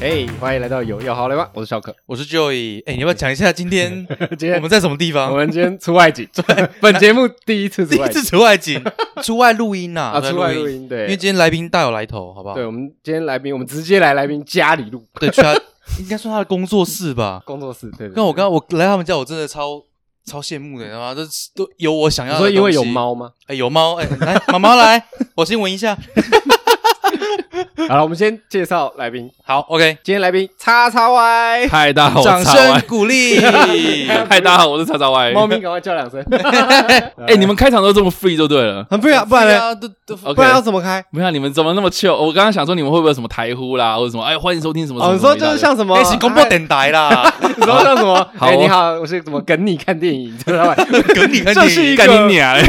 嘿哎欢迎来到有要好来吧，我是小可。我是 Joy，哎、你要不要讲一下今天 今天我们在什么地我方？们今天出外 景， 本节目第一次出第一外景次出外景，出外录音呐、啊，在出外录，音，因为对，今天来宾大有来头，好不好？对，我们今天来宾，我们直接来来宾家里录对，去他应该算他的工作室吧。工作室，对。对那我刚刚我来他们家，我真的超超羡慕的，你知道吗？都都有我想对要的。你说因为有，猫吗？哎、有猫，哎、来，妈妈来，我先闻一下。好了，我们先介绍来宾，好，OK， 今天来宾叉叉 Y，嗨，大家好，我掌是叉声 Y。鼓励。嗨，大家好，我是叉叉 Y。猫咪赶快叫两 声，哎、你们开场都这么 free 就对了。 很不然不然对呢？啊，都都 OK 不然要怎么开？没啊想你们怎么那么 chill？我刚刚想说你们会不会有什么台呼啦，或者什么？哎，欢迎收听什么什哦，么你什么说一就大堆是像什么？哎，是公布电台 啦，哎你说像什么？好哎，哦你好，我是怎么跟你看电影？叉叉 Y，跟你跟这是你一。干 你娘嘞！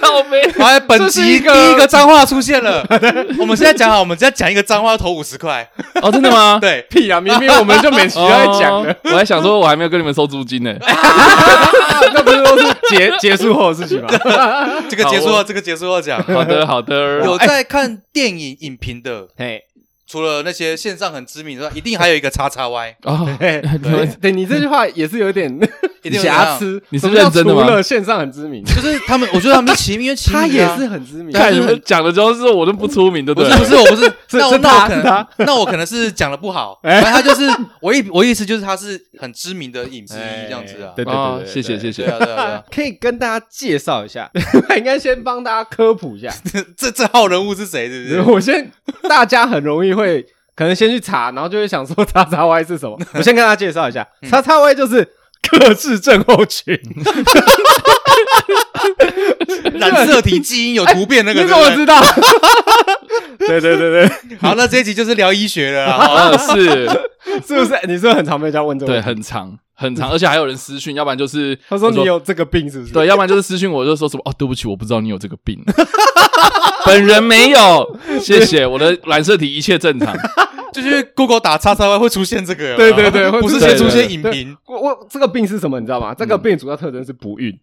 靠背。哎，本这是集一第个一个脏话出 现了。我们现在讲好，我们只要讲一个脏话要投五十块。哦，真的吗？ 对，屁啊！明明我们就每期哦，都在讲的，我还想说，我还没有跟你们收租金呢。 那不是都是结结束后的事情 吗？这个结哦束了，这个结束 了讲。哎好的，好的。有在看电影影评的，嘿，除了那些线上很知名之外，一定还有一个叉叉 Y， 哦，嘿 对对，你这句话也是有点一定有瑕疵。你什是么叫认真的吗除了线上很知名，就是他们，我觉得他们齐名，因为齐 名他啊也是很知啊名。看你们讲的都是我都不出名，对不对是了？不是，我不是， 是那我是那我他是可能他那我可能是讲的不好， 哎反正他就是我意我意思就是他是很知名的影之一这样子啊，对对哦对，对谢谢谢对谢。啊对啊可以跟大家介绍一 下，应该先帮大家科普一下。对啊，这这号人物是谁？对不对？ 我先，大家很容易会可能先去查，然后就会想说 叉叉 Y 是什么。我先跟大家介绍一下，叉叉 Y 就是克制症候群。染色体基因有突变那 个，你对怎不么对知道？对对对对， 好，那这一集就是聊医学 了啦。好哦，是， 是不是？你是不是很常被人家问这个对，问题？很长很长，而且还有人私讯，要不然就是他说你有这个病是不是？对，要不然就是私信我，就说什么哦，对不起，我不知道你有这个病， 本人没有，谢谢，我的染色体一切正常。 就是 Google 打叉叉 Y 会出现这个，有没对有对对，会不是先对对出现对影对评，我我这个病是什么？你知道吗？这个病主要特征是不孕。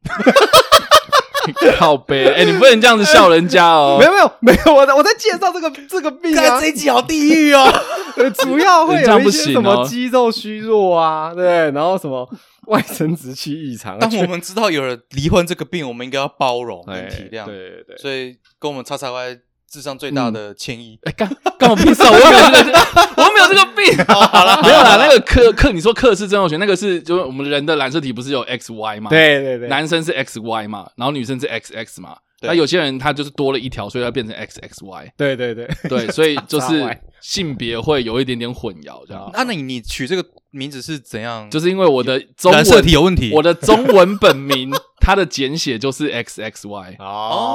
靠背，哎、你不能这样子笑人家哦没。有没有 没有，我在我在介绍这个这个病啊看，这一集好地狱 哦，呃 主要会人家有一不些行什么哦肌肉虚弱啊，对，然后什么 外生殖器异常啊当，我们知道有人离婚这个病，我们应该要包容跟哎体谅，对对对，所以跟我们叉叉 Y 致上最大的歉意。哎干干我屁事啊！我又没有这个， 我又没有这个病。好了，没有啦。那个克克，你说克氏症候群，那个是就是我们人的染色体不是有 X Y 嘛？，对对对，男生是 X Y 嘛，然后女生是 X X 嘛。对那有些人他就是多了一条，所以他变成 X X Y。对对对，对，所以就大是歪性别会有一点点混淆，这样。那那你你取这个名字是怎样？嗯就是是因为我的中染文色体有问题。我的中文 本名它的简写就是 X X Y，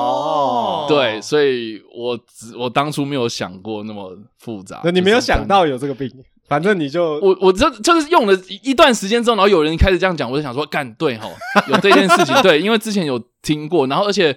哦对，所以我只我当初没有想过那么复杂。那你没有想就是到有这个病，反正你就我，我这就是用了一段时间之后，然后有人开始这样讲，我就想说，干对 吼，有这件事情，对，因为之前有听过，然后而且。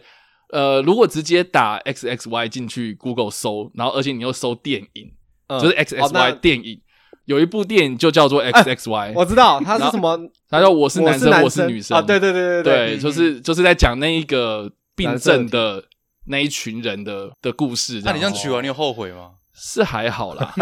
呃，如果直接打 X X Y 进去 Google 搜，然后而且你又搜电影，嗯就是 X 哦 X 那哎 Y 哎电影，有一部电影就叫做 X X Y，我知道他是什么，他叫我是男生，我是女生啊，对对对对对，嗯就是就是在讲那一个病蓝色的症的那一群人的的故事。啊那你这样子取完，你有后悔吗？是还好 啦，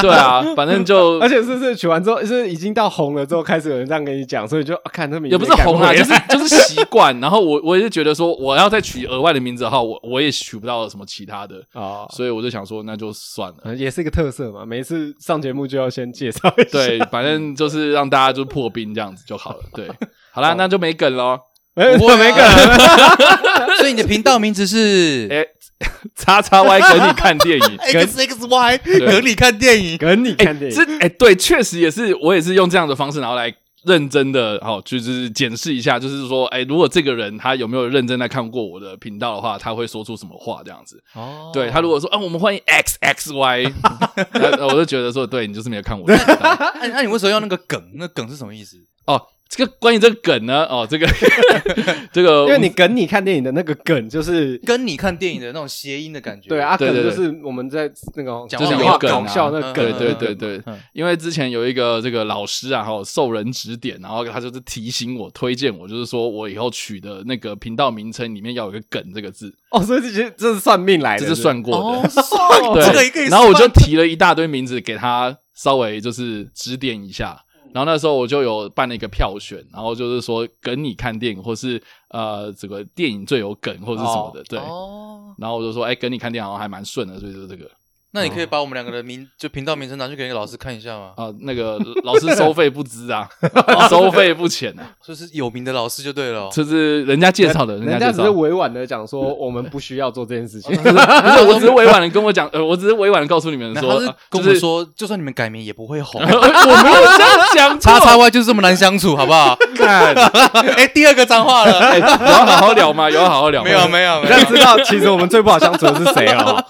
对啊，反正就而且是是取完之后，是已经到红了之后，开始有人这样跟你讲，所以就啊看这名字也不是红啦，没就敢是就是习惯。然后我我也是觉得说，我要再取额外的名字的话，我我也取不到什么其他的，哦，所以我就想说那就算 了。嗯也是一个特色嘛。每次上节目就要先介绍一下。 对，反正就是让大家就破冰这样子就好了。对，好啦，那就 没梗喽。哎，不我会啊啊没梗， 所以你的频道名字是哎， 叉叉 Y 跟你看电影， X X Y，和你看电 影。跟你看电这影。哎、对，确实也是，我也是用这样的方式，然后来认真的，好、就是检视一下，就是说，哎、如果这个人他有没有认真在看过我的频道的话，他会说出什么话这样子。哦对他如果说，啊，我们欢迎 X X Y，那那我就觉得说，对你就是没有看我的频道啊那那你为什么要那个梗？那梗是什么意思？哦。这个关于这个梗呢，哦，这个 这个，因为你梗你看电影的那个梗就是跟你看电影的那种谐音的感觉。对啊，对梗对就对是我们在那个讲话讲有话梗啊搞笑那个梗，对对嗯对对嗯，因为之前有一个这个老师啊，哈，受人指点，然后他就是提醒我、推荐我，就是说我以后取的那个频道名称里面要有一个“梗”这个字，哦，所以这些这是算命来的，这是算过的。哦，算对，这个也可以算。然后我就提了一大堆名字给他稍微就是指点一下。嗯然后那时候我就有办了一个票选，然后就是说梗你看电影，或是呃这个电影最有梗，或是什么的，对。哦，然后我就说，哎，跟你看电影好像还蛮顺的，所以就这 个那你可以把我们两个的名就频道名称拿去给那个老师看一下吗？啊、那个老师收费不知啊，收费不浅啊，说是有名的老师就对了哦。就是人家介绍的，人家家介只是绍的。委婉的讲说，我们不需要做这件事情。 不是，我只是委婉的跟我讲，呃，我只是委婉的告诉你们那说，他是呃跟我就们是，说，啊就算你们改名也不会 红。呃我没有这样 讲叉叉错， Y 就是这么难相处，好不 好？ 看，哎，第二个脏话了，哎有要好好聊吗？有要好好聊吗？没有没有没让有，知道其实我们最不好相处的是谁 哦。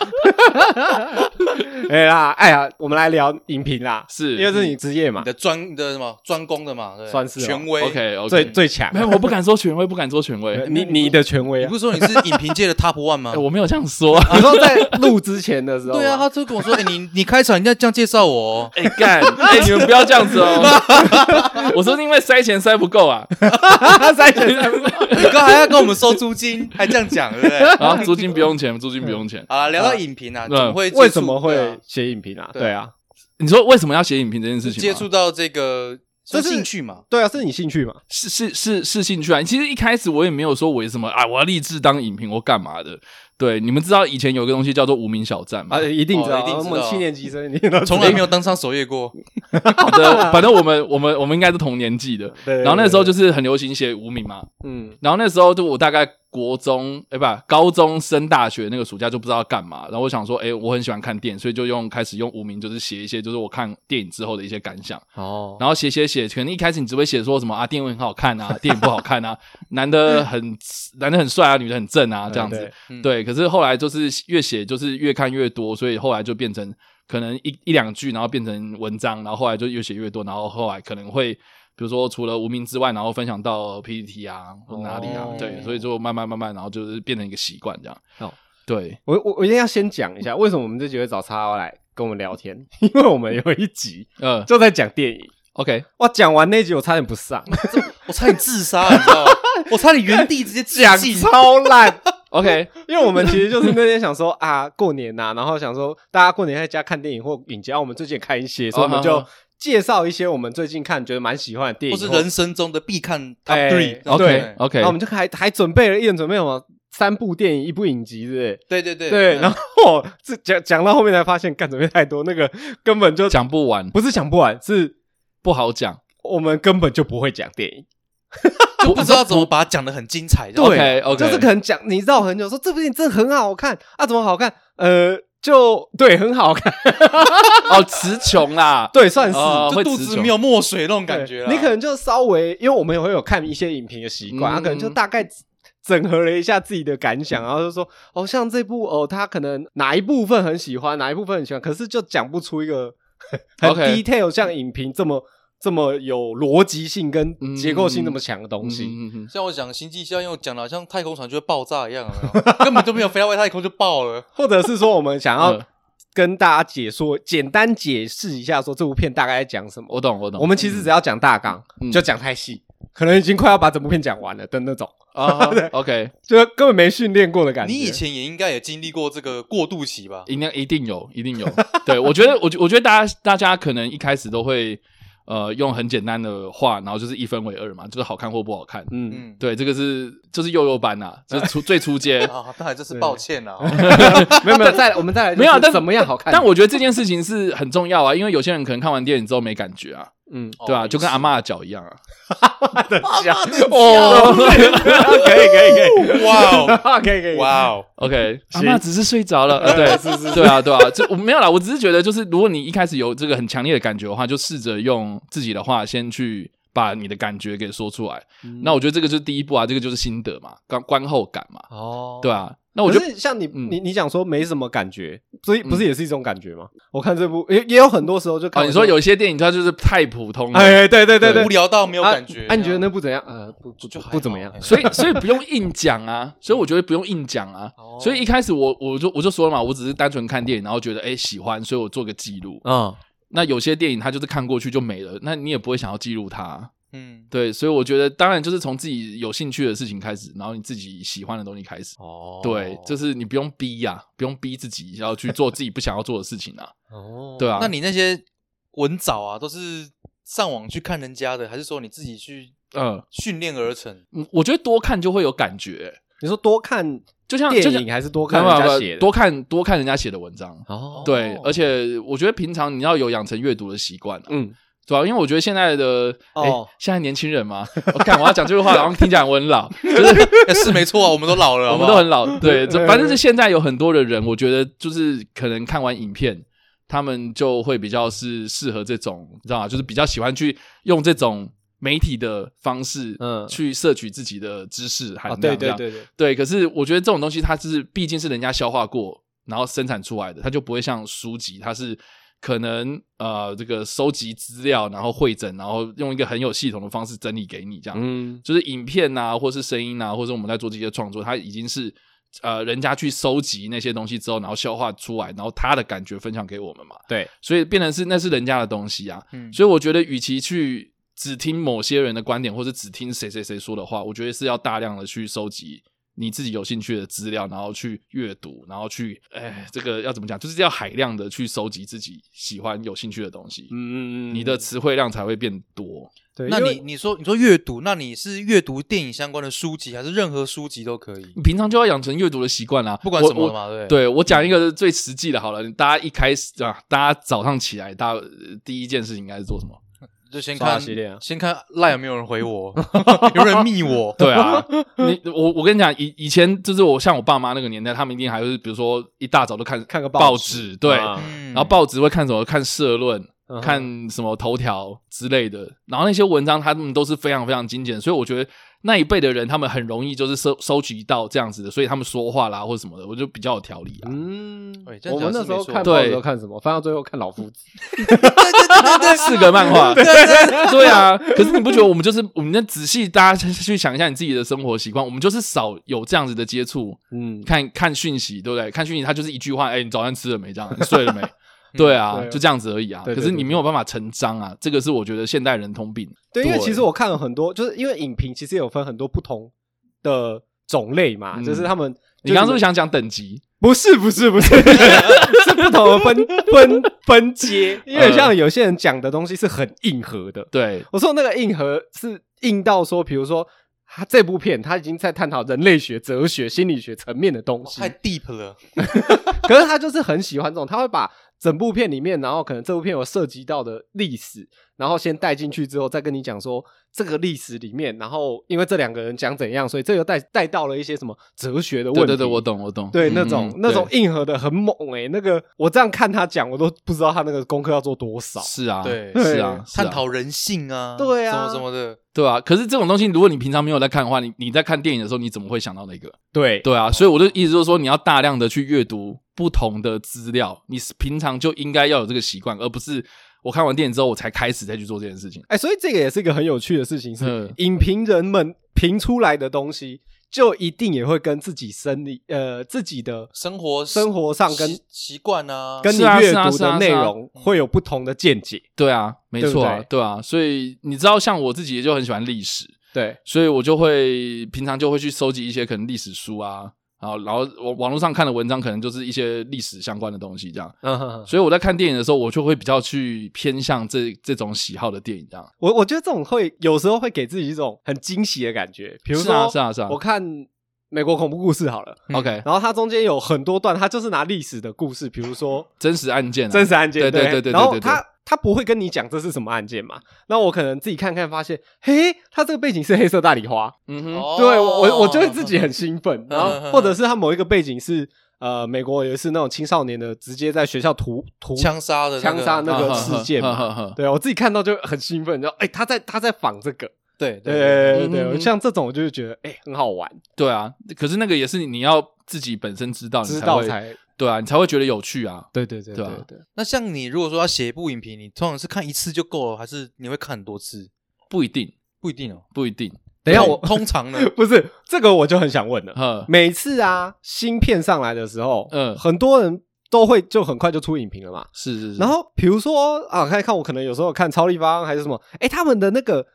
哎啦，哎呀，我们来聊荧屏啦，是因为这是你职业嘛你，的专你的什么专攻的嘛，对算是哦权威。 OK OK，最最强没。有，我不敢说权威，不敢说权威。你你的权威你啊不，是说你是影评界的 Top One 吗 哎，？我没有这样说。 你说在录之前的时候吗，对啊，他就跟我说，哎，你 你开场人家这样介绍我哦，哎干！ 哎，你们不要这样子哦。 我说是因为塞钱塞不够啊，他在在 你刚还要跟我们收租金，还这样讲，对不对？然后租金不用钱，租金不用钱。好了，聊到影评啊，对总会接触为什么对啊会写影评啊？对对啊，你说为什么要写影评这件事情吗？接触到这个这这是兴趣嘛？对啊，是你兴趣嘛？是是是是兴趣啊。其实一开始我也没有说我有什么啊，我要立志当影评或干嘛的。对，你们知道以前有个东西叫做无名小站吗啊，？一定知道，哦一定我知道们七年级生，你都知道从来没有当上首页过，好的，反正我们我们我们应该是同年纪的。对对然后那时候就是很流行写无名嘛，嗯，然后那时候就我大概国中，哎、不，高中升大学那个暑假就不知道要干嘛。然后我想说，哎、我很喜欢看电影，所以就用开始用无名，就是写一些就是我看电影之后的一些感想。哦，然后写写写，可能一开始你只会写说什么啊，电影很好看啊，电影不好看啊，男的很男的很帅啊，女的很正啊，这样子。嗯对，可是后来就是越写就是越看越多，所以后来就变成可能一一两句，然后变成文章，然后后来就越写越多，然后后来可能会比如说除了无名之外，然后分享到 PPT 啊或哪里啊，哦对，所以就慢慢慢慢，然后就是变成一个习惯这样。哦对，我我我一定要先讲一下，为什么我们这集会找叉 Y 来跟我们聊天， 因为我们有一集呃就在讲电影。 ，OK，哇，讲完那集我差点不 上，我差点自杀，你知 道吗？我差点原地直接自讲尽。超烂， OK，因为我们其实就是那天想说 啊，过年呐、然后想说大家过年在家看电影或影集，啊我们最近也看一些，所以我们哦就好介绍一些我们最近看觉得蛮喜欢的电啊或影，是人生中的必看 Top 哎 Three，哦 OK，OK，然后我们就还还准备了一人准备什么三部电影一部影集，对不对？对对对对，嗯然后这讲讲到后面才发现，干准备太多，那个根本就讲不完，不是讲不完，是不好讲。 我们根本就不会讲电影。就不知道怎么把它讲的很精彩。这样 OK，OK 就是可能讲你绕很久，说这部电影真的很好看啊，怎么好看？呃，就对，很好看，哦，词穷啦，对，算是。哦就肚会持子久没有墨水那种对感觉啦。你可能就稍微，因为我们也会有看一些影评的习惯，嗯他、可能就大概整合了一下自己的感想，然后就说，哦，像这部哦，他可能哪一部分很喜欢，哪一部分很喜欢，可是就讲不出一个 很 OK detail 像影评这么这么有逻辑性跟嗯结构性那么强的 东西。嗯嗯嗯像我讲《星际效应》，我讲的像太空船就会爆炸一样，有没有 根本就没有飞到外太空就爆了。或者是说我们想要嗯跟大家解说，简单解释一下，说这部片大概在讲什么。我懂，我懂。我们其实只要讲大纲，嗯就讲太细，可能已经快要把整部片讲完了的那种， 啊，OK，就是根本没训练过的感觉。你以前也应该也经历过这个过渡期吧？应该一定有，一定有。对我觉得，我觉我觉得大家大家可能一开始都会呃用很简单的话，然后就是一分为二嘛，就是好看或不好看。嗯，嗯，对，这个是就是幼幼班呐、 啊，就是初最初阶。啊，那还真是抱歉啦。没有没有，再来我们再来就是没有啊但怎么样好看？但我觉得这件事情是很重要啊，因为有些人可能看完电影之后没感觉啊，嗯，哦对啊，也就跟是阿嬷的脚一样啊。 哦，可以可以可 以， 哇哦，可以可以，哇哦， OK，阿行嬷只是睡着了，呃、对，是是，对啊，对啊，这我没有啦，我只是觉得就是如果你一开始有这个很强烈的感觉的话，就试着用自己的话先去把你的感觉给说出来。那我觉得这个就是第一步啊，这个就是心得嘛，观观后感嘛，哦，对啊。那我可就是像你、嗯你你讲说没什么感觉，所以不是也是一种感觉吗？我看这部也也哦有很多时候就看啊，完你说就有一些电影它就是太普通了，哎对对对对无，聊到没有啊感觉。哎、你觉得那部怎样？呃，不不就还好不怎么样哎。所以所以不用硬讲啊，所以我觉得不用硬讲啊。哦所以一开始我我就我就说了嘛，我只是单纯看电影，然后觉得哎、喜欢，所以我做个记录。嗯，那有些电影它就是看过去就没了，那你也不会想要记录它。嗯，对，所以我觉得当然就是从自己有兴趣的事情开始，然后你自己喜欢的东西开始。哦对，就是你不用逼呀、不用逼自己要去做自己不想要做的事情 啊。哦对啊，那你那些文藻啊，都是上网去看人家的，还是说你自己去嗯，训练而成？ 嗯我觉得多看就会有感觉、你说多看就像就电像影还是多看人没有没家有写的？多看多看人家写的文章。哦，对，哦而且我觉得平常你要有养成阅读的习惯、啊，嗯，对吧、因为我觉得现在的哎、哦现在年轻人嘛，我看我要讲这句话，然后听起来我很 老，就是哎是没错啊，我们都老 了，我好不们好都很老，对，这反正是现在有很多的人，我觉得就是可能看完影片，他们就会比较是适合这种，你知道吗？就是比较喜欢去用这种媒体的方式，嗯嗯，去摄取自己的知识含啊，量，对这对样对对，对，可是我觉得这种东西它是毕竟是人家消化过，然后生产出来的，它就不会像书籍，它是可能呃这个收集资料，然后会诊，然后用一个很有系统的方式整理给你这样。嗯，就是影片呐、或是声音呐、啊或者我们在做这些创作，它已经是呃人家去收集那些东西之后，然后消化出来，然后他的感觉分享给我们嘛，对，所以变成是那是人家的东西啊。嗯，所以我觉得，与其去只听某些人的观点，或者只听谁谁谁说的话，我觉得是要大量的去收集你自己有兴趣的资料，然后去阅读，然后去，哎，这个要怎么讲，就是要海量的去收集自己喜欢、有兴趣的东西，嗯嗯嗯，你的词汇量才会变多。对，那因为你你说你说阅读，那你是阅读电影相关的书籍，还是任何书籍都可以？你平常就要养成阅读的习惯啦，不管我什么我的嘛，对不对？对我嗯讲一个最实际的，好了，大家一开始啊，大家早上起来，大家呃第一件事情应该是做什么？对，就先刷牙看洗脸啊先看赖有没有人回我， 有没有人密 我。对啊，嗯你我我跟你讲，以以前就是我像我爸妈那个年代，他们一定还是比如说一大早都看看个报报纸，对，啊嗯然后报纸会看什么？看社论，嗯哼看什么头条之类的。然后那些文章他们都是非常非常精简，所以我觉得那一辈的人他们很容易就是收收集到这样子的，所以他们说话啦或者什么的，我就比较有条理啊。嗯哎，这样我们讲那是时候没错看报纸对嗯都看什么？翻到最后看老夫子， 四个漫画， 对啊。 可是你不觉得我们就是我们那仔细大家去想一下你自己的生活习惯，我们就是少有这样子的接触，嗯，看看讯息，对不对？看讯息，它就是一句话，哎、你早餐吃了没？这样，你 睡了没？对啊，对就这样子而已啊。对对可是你没有办法成章啊，这个是我觉得现代人通病。对，因为对其实我看了很多，就是因为影评其实有分很多不同的种类嘛，嗯就是他们，你刚刚是就不是是想讲等级？不是不是 不是 是不同的分分分阶，嗯因为像有些人讲的东西是很硬核的，对，我说那个硬核是硬到说，比如说他这部片他已经在探讨人类学、哲学、心理学层面的东西哦太，deep 了，可是他就是很喜欢这种，他会把整部片里面，然后可能这部片有涉及到的历史，然后先带进去之后，再跟你讲说这个历史里面，然后因为这两个人讲怎样，所以这又带带到了一些什么哲学的问对题。对对，我。懂我懂。对嗯那种、那种对硬核的很猛哎、那个我这样看他讲，我都不知道他那个功课要做多少。是啊，对是啊，是啊探讨人性啊，对啊什么什么的，对啊。可是这种东西，如果你平常没有在看的话，你你在看电影的时候，你怎么会想到那个？对对啊，所以我的意思就是说，你要大量的去阅读不同的资料，你平常就应该要有这个习惯，而不是我看完电影之后我才开始再去做这件事情。哎、所以这个也是一个很有趣的事情，是嗯影评人们评出来的东西，就一定也会跟自己生理呃自己的生活生活上跟习习惯啊，跟你是啊阅是啊读是的啊内是啊容会有不同的见解。对啊，没错啊，对不对啊，所以你知道，像我自己就很喜欢历史，对，所以我就会平常就会去收集一些可能历史书啊，然后然后网网络上看的文章可能就是一些历史相关的东西这样。嗯哼哼，所以我在看电影的时候，我就会比较去偏向这这种喜好的电影这样。我我觉得这种会有时候会给自己一种很惊喜的感觉，比如是啊说是啊是啊我看《美国恐怖故事》好了。嗯 OK，然后它中间有很多段，它就是拿历史的故事，比如 说真实案件、啊，真实案件，对对对对对然后对对他他不会跟你讲这是什么案件嘛？那我可能自己看看，发现，嘿，他这个背景是黑色大礼花，嗯哼，哦对我我我就会自 己很兴奋，然嗯嗯后嗯或者是他某一个背景是呃，美国有一次那种青少年的直接在学校屠屠枪杀的那个嗯枪杀那个呵呵事件嘛呵呵呵对我自己看到就很兴奋，然后哎，他在他在仿这个，对对对对对嗯嗯对，嗯像这种我就是觉得哎很好玩，对啊，可是那个也是你要自己本身知道，你知哦才道会才对啊，你才会觉得有趣啊。对对对对对啊对。那像你如果说要写一部影评，你通常是看一次就够了，还是你会看很多次？不一定，不一定哦。不一定。等一下通我通常呢， 不是这个我就很想问了，呵， 每次啊新片上来的时候，嗯很多人都会就很快就出影评了嘛，是是是。然后比如说啊，看看我可能有时候看超立方还是什么，哎，他们的那个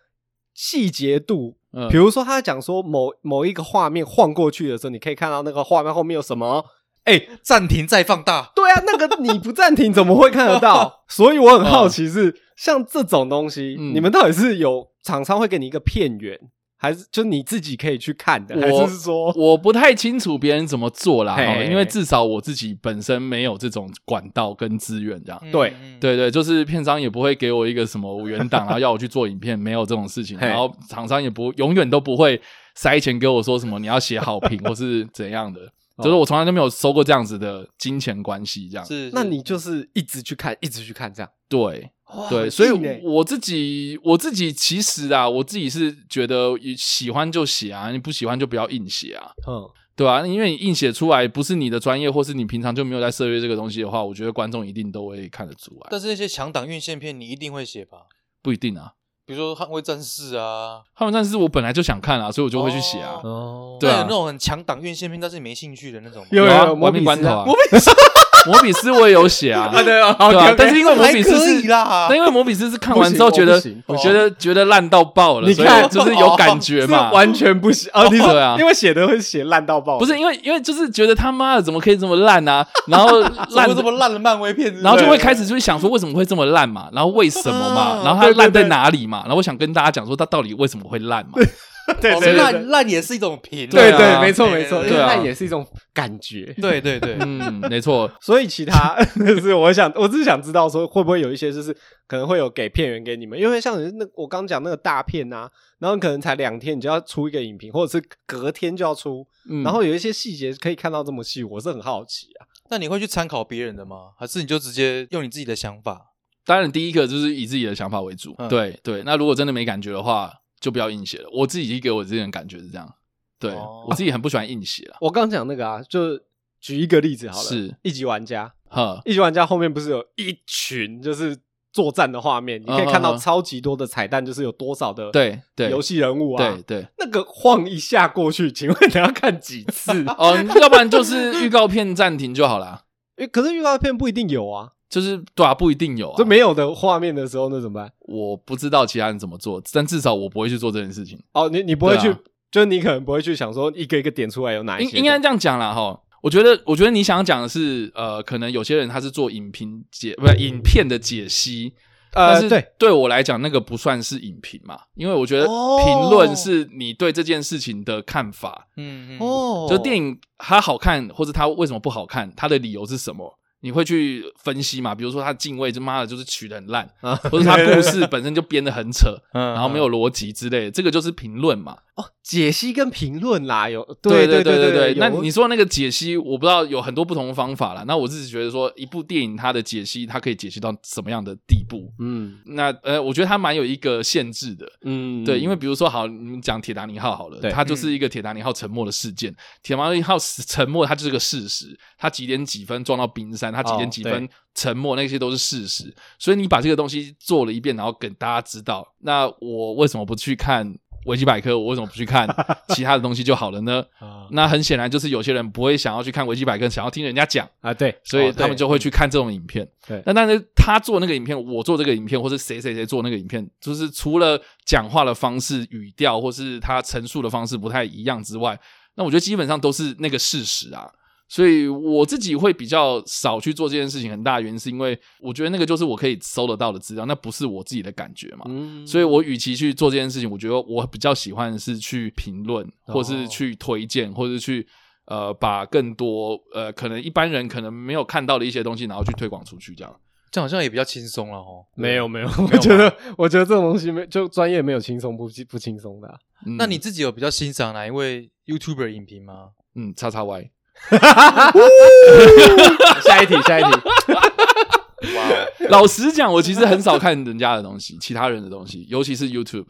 细节度，嗯比如说他讲说某某一个画面晃过去的时候，你可以看到那个画面后面有什么。哎，暂停再放大，对啊，那个你不暂停怎么会看得 到？所以我很好奇是像这种东西，嗯你们到底是有厂商会给你一个片源，还是就你自己可以去看的，还我是说我不太清楚别人怎么做啦，嘿哦因为至少我自己本身没有这种管道跟资源这样。对嗯，对对，就是片商也不会给我一个什么原档，然后要我去做影片，没有这种事情。嘿然后厂商也不永远都不会塞钱给我说什么你要写好评或是怎样的，哦就是我从来都没有收过这样子的金钱关系这样。是。那是你就是一直去看，一直去看这样？对哇对，很所以硬欸我自己我自己其实啊，我自己是觉得喜欢就写啊，你不喜欢就不要硬写啊。嗯，对啊，因为你硬写出来不是你的专业，或是你平常就没有在涉猎这个东西的话，我觉得观众一定都会看得出来。但是那些强档院线片你一定会写吧？不一定啊，比如说《捍卫战士》啊，他们但是我本来就想看啊，所以我就会去写啊。哦哦对啊那有那种很强档院线片，但是你没兴趣的那种吗。有啊，有摩亡命比关斯头啊啊，摩比斯， 摩比斯我也有写啊。对 啊，对啊 OK，OK 但是因为摩比斯还可以是，啦但因为摩比斯是看完之后不行觉我不得行，哦我觉得觉得烂到爆了，你所以看哦就是有感觉嘛是。完全不行啊！你说对啊因为写的会写烂到爆，不是因为因为就是觉得他妈的怎么可以这么烂 啊，然后烂烂这么烂的漫威片，然后就会开始就会想说为什么会这么烂嘛，然后为什么嘛，啊然后嗯它对对烂在对哪里嘛，然后我想跟大家讲说它到底为什么会烂嘛，对哦对烂对烂也是一种评啊，对啊对，没错没错，对因为对啊那也是一种感觉。对对对，嗯，没错，所以其他 就是我想，我只是想知道说会不会有一些就是可能会有给片源给你们，因为像那我刚讲那个大片啊，然后可能才两天你就要出一个影评，或者是隔天就要出，嗯，然后有一些细节可以看到这么细，我是很好奇啊。那你会去参考别人的吗？还是你就直接用你自己的想法？当然第一个就是以自己的想法为主，嗯对对，那如果真的没感觉的话，就不要硬写了，我自己给我自己的感觉是这样，对哦我自己很不喜欢硬写了，我刚讲那个啊，就举一个例子好了，是一级玩家，呵，一级玩家后面不是有一群就是作战的画面，你可以看嗯嗯到嗯超级多的彩蛋，就是有多少的对对，游戏人物啊，对对，那个晃一下过去，请问你要看几次？哦，要不然就是预告片暂停就好啦。诶可是预告片不一定有啊，就是对啊，不一定有啊就，没有的画面的时候，那怎么办？我不知道其他人怎么做，但至少我不会去做这件事情。哦，你你不会去，对啊就是你可能不会去想说一个一个点出来有哪一应些，应该这样讲啦，哈。我觉得，我觉得你想讲的是，呃，可能有些人他是做影评解，不是影片的解析，但呃是对，对我来讲，那个不算是影评嘛，因为我觉得哦评论是你对这件事情的看法，嗯，哦就电影它好看或者它为什么不好看，它的理由是什么，你会去分析嘛？比如说它敬畏，这妈的就是取得很烂，啊或者它故事本身就编的很 扯，嗯然后没有逻辑之类的，这个就是评论嘛。哦， 解析跟评论啦，有对对对对对那有你说那个解析，我不知道有很多不同的方法啦。那我只是觉得说，一部电影它的解析，它可以解析到什么样的地步？嗯那呃，我觉得它蛮有一个限制的。嗯对，因为比如说，好，你们讲铁达尼号好了，对嗯它就是一个铁达尼号沉没的事件。铁达尼号死沉没，它就是个事实，它几点几分撞到冰山，它几点哦几分沉没，那些都是事实。所以你把这个东西做了一遍，然后给大家知道，那我为什么不去看维基百科？我为什么不去看其他的东西就好了呢？啊那很显然就是有些人不会想要去看维基百科，想要听人家讲，啊对，所以哦他们对就会去看这种影片。对那但是他做那个影片，我做这个影片，或是谁谁谁做那个影片，就是除了讲话的方式、语调，或是他陈述的方式不太一样之外，那我觉得基本上都是那个事实啊。所以我自己会比较少去做这件事情，很大原因是因为我觉得那个就是我可以搜得到的资料，那不是我自己的感觉嘛。嗯所以我与其去做这件事情，我觉得我比较喜欢的是去评论，或哦是去推荐，或是去呃把更多呃可能一般人可能没有看到的一些东西，然后去推广出去，这样。这样好像也比较轻松了哦。没有没有，我觉得我觉得这种东西没就专业没有轻松不不轻松 的啊、嗯那你自己有比较欣赏哪一位 YouTuber 影评吗？嗯，叉叉 Y，下一题，下一题。哇，老实讲，我其实很少看人家的东西，其他人的东西，尤其是 YouTube。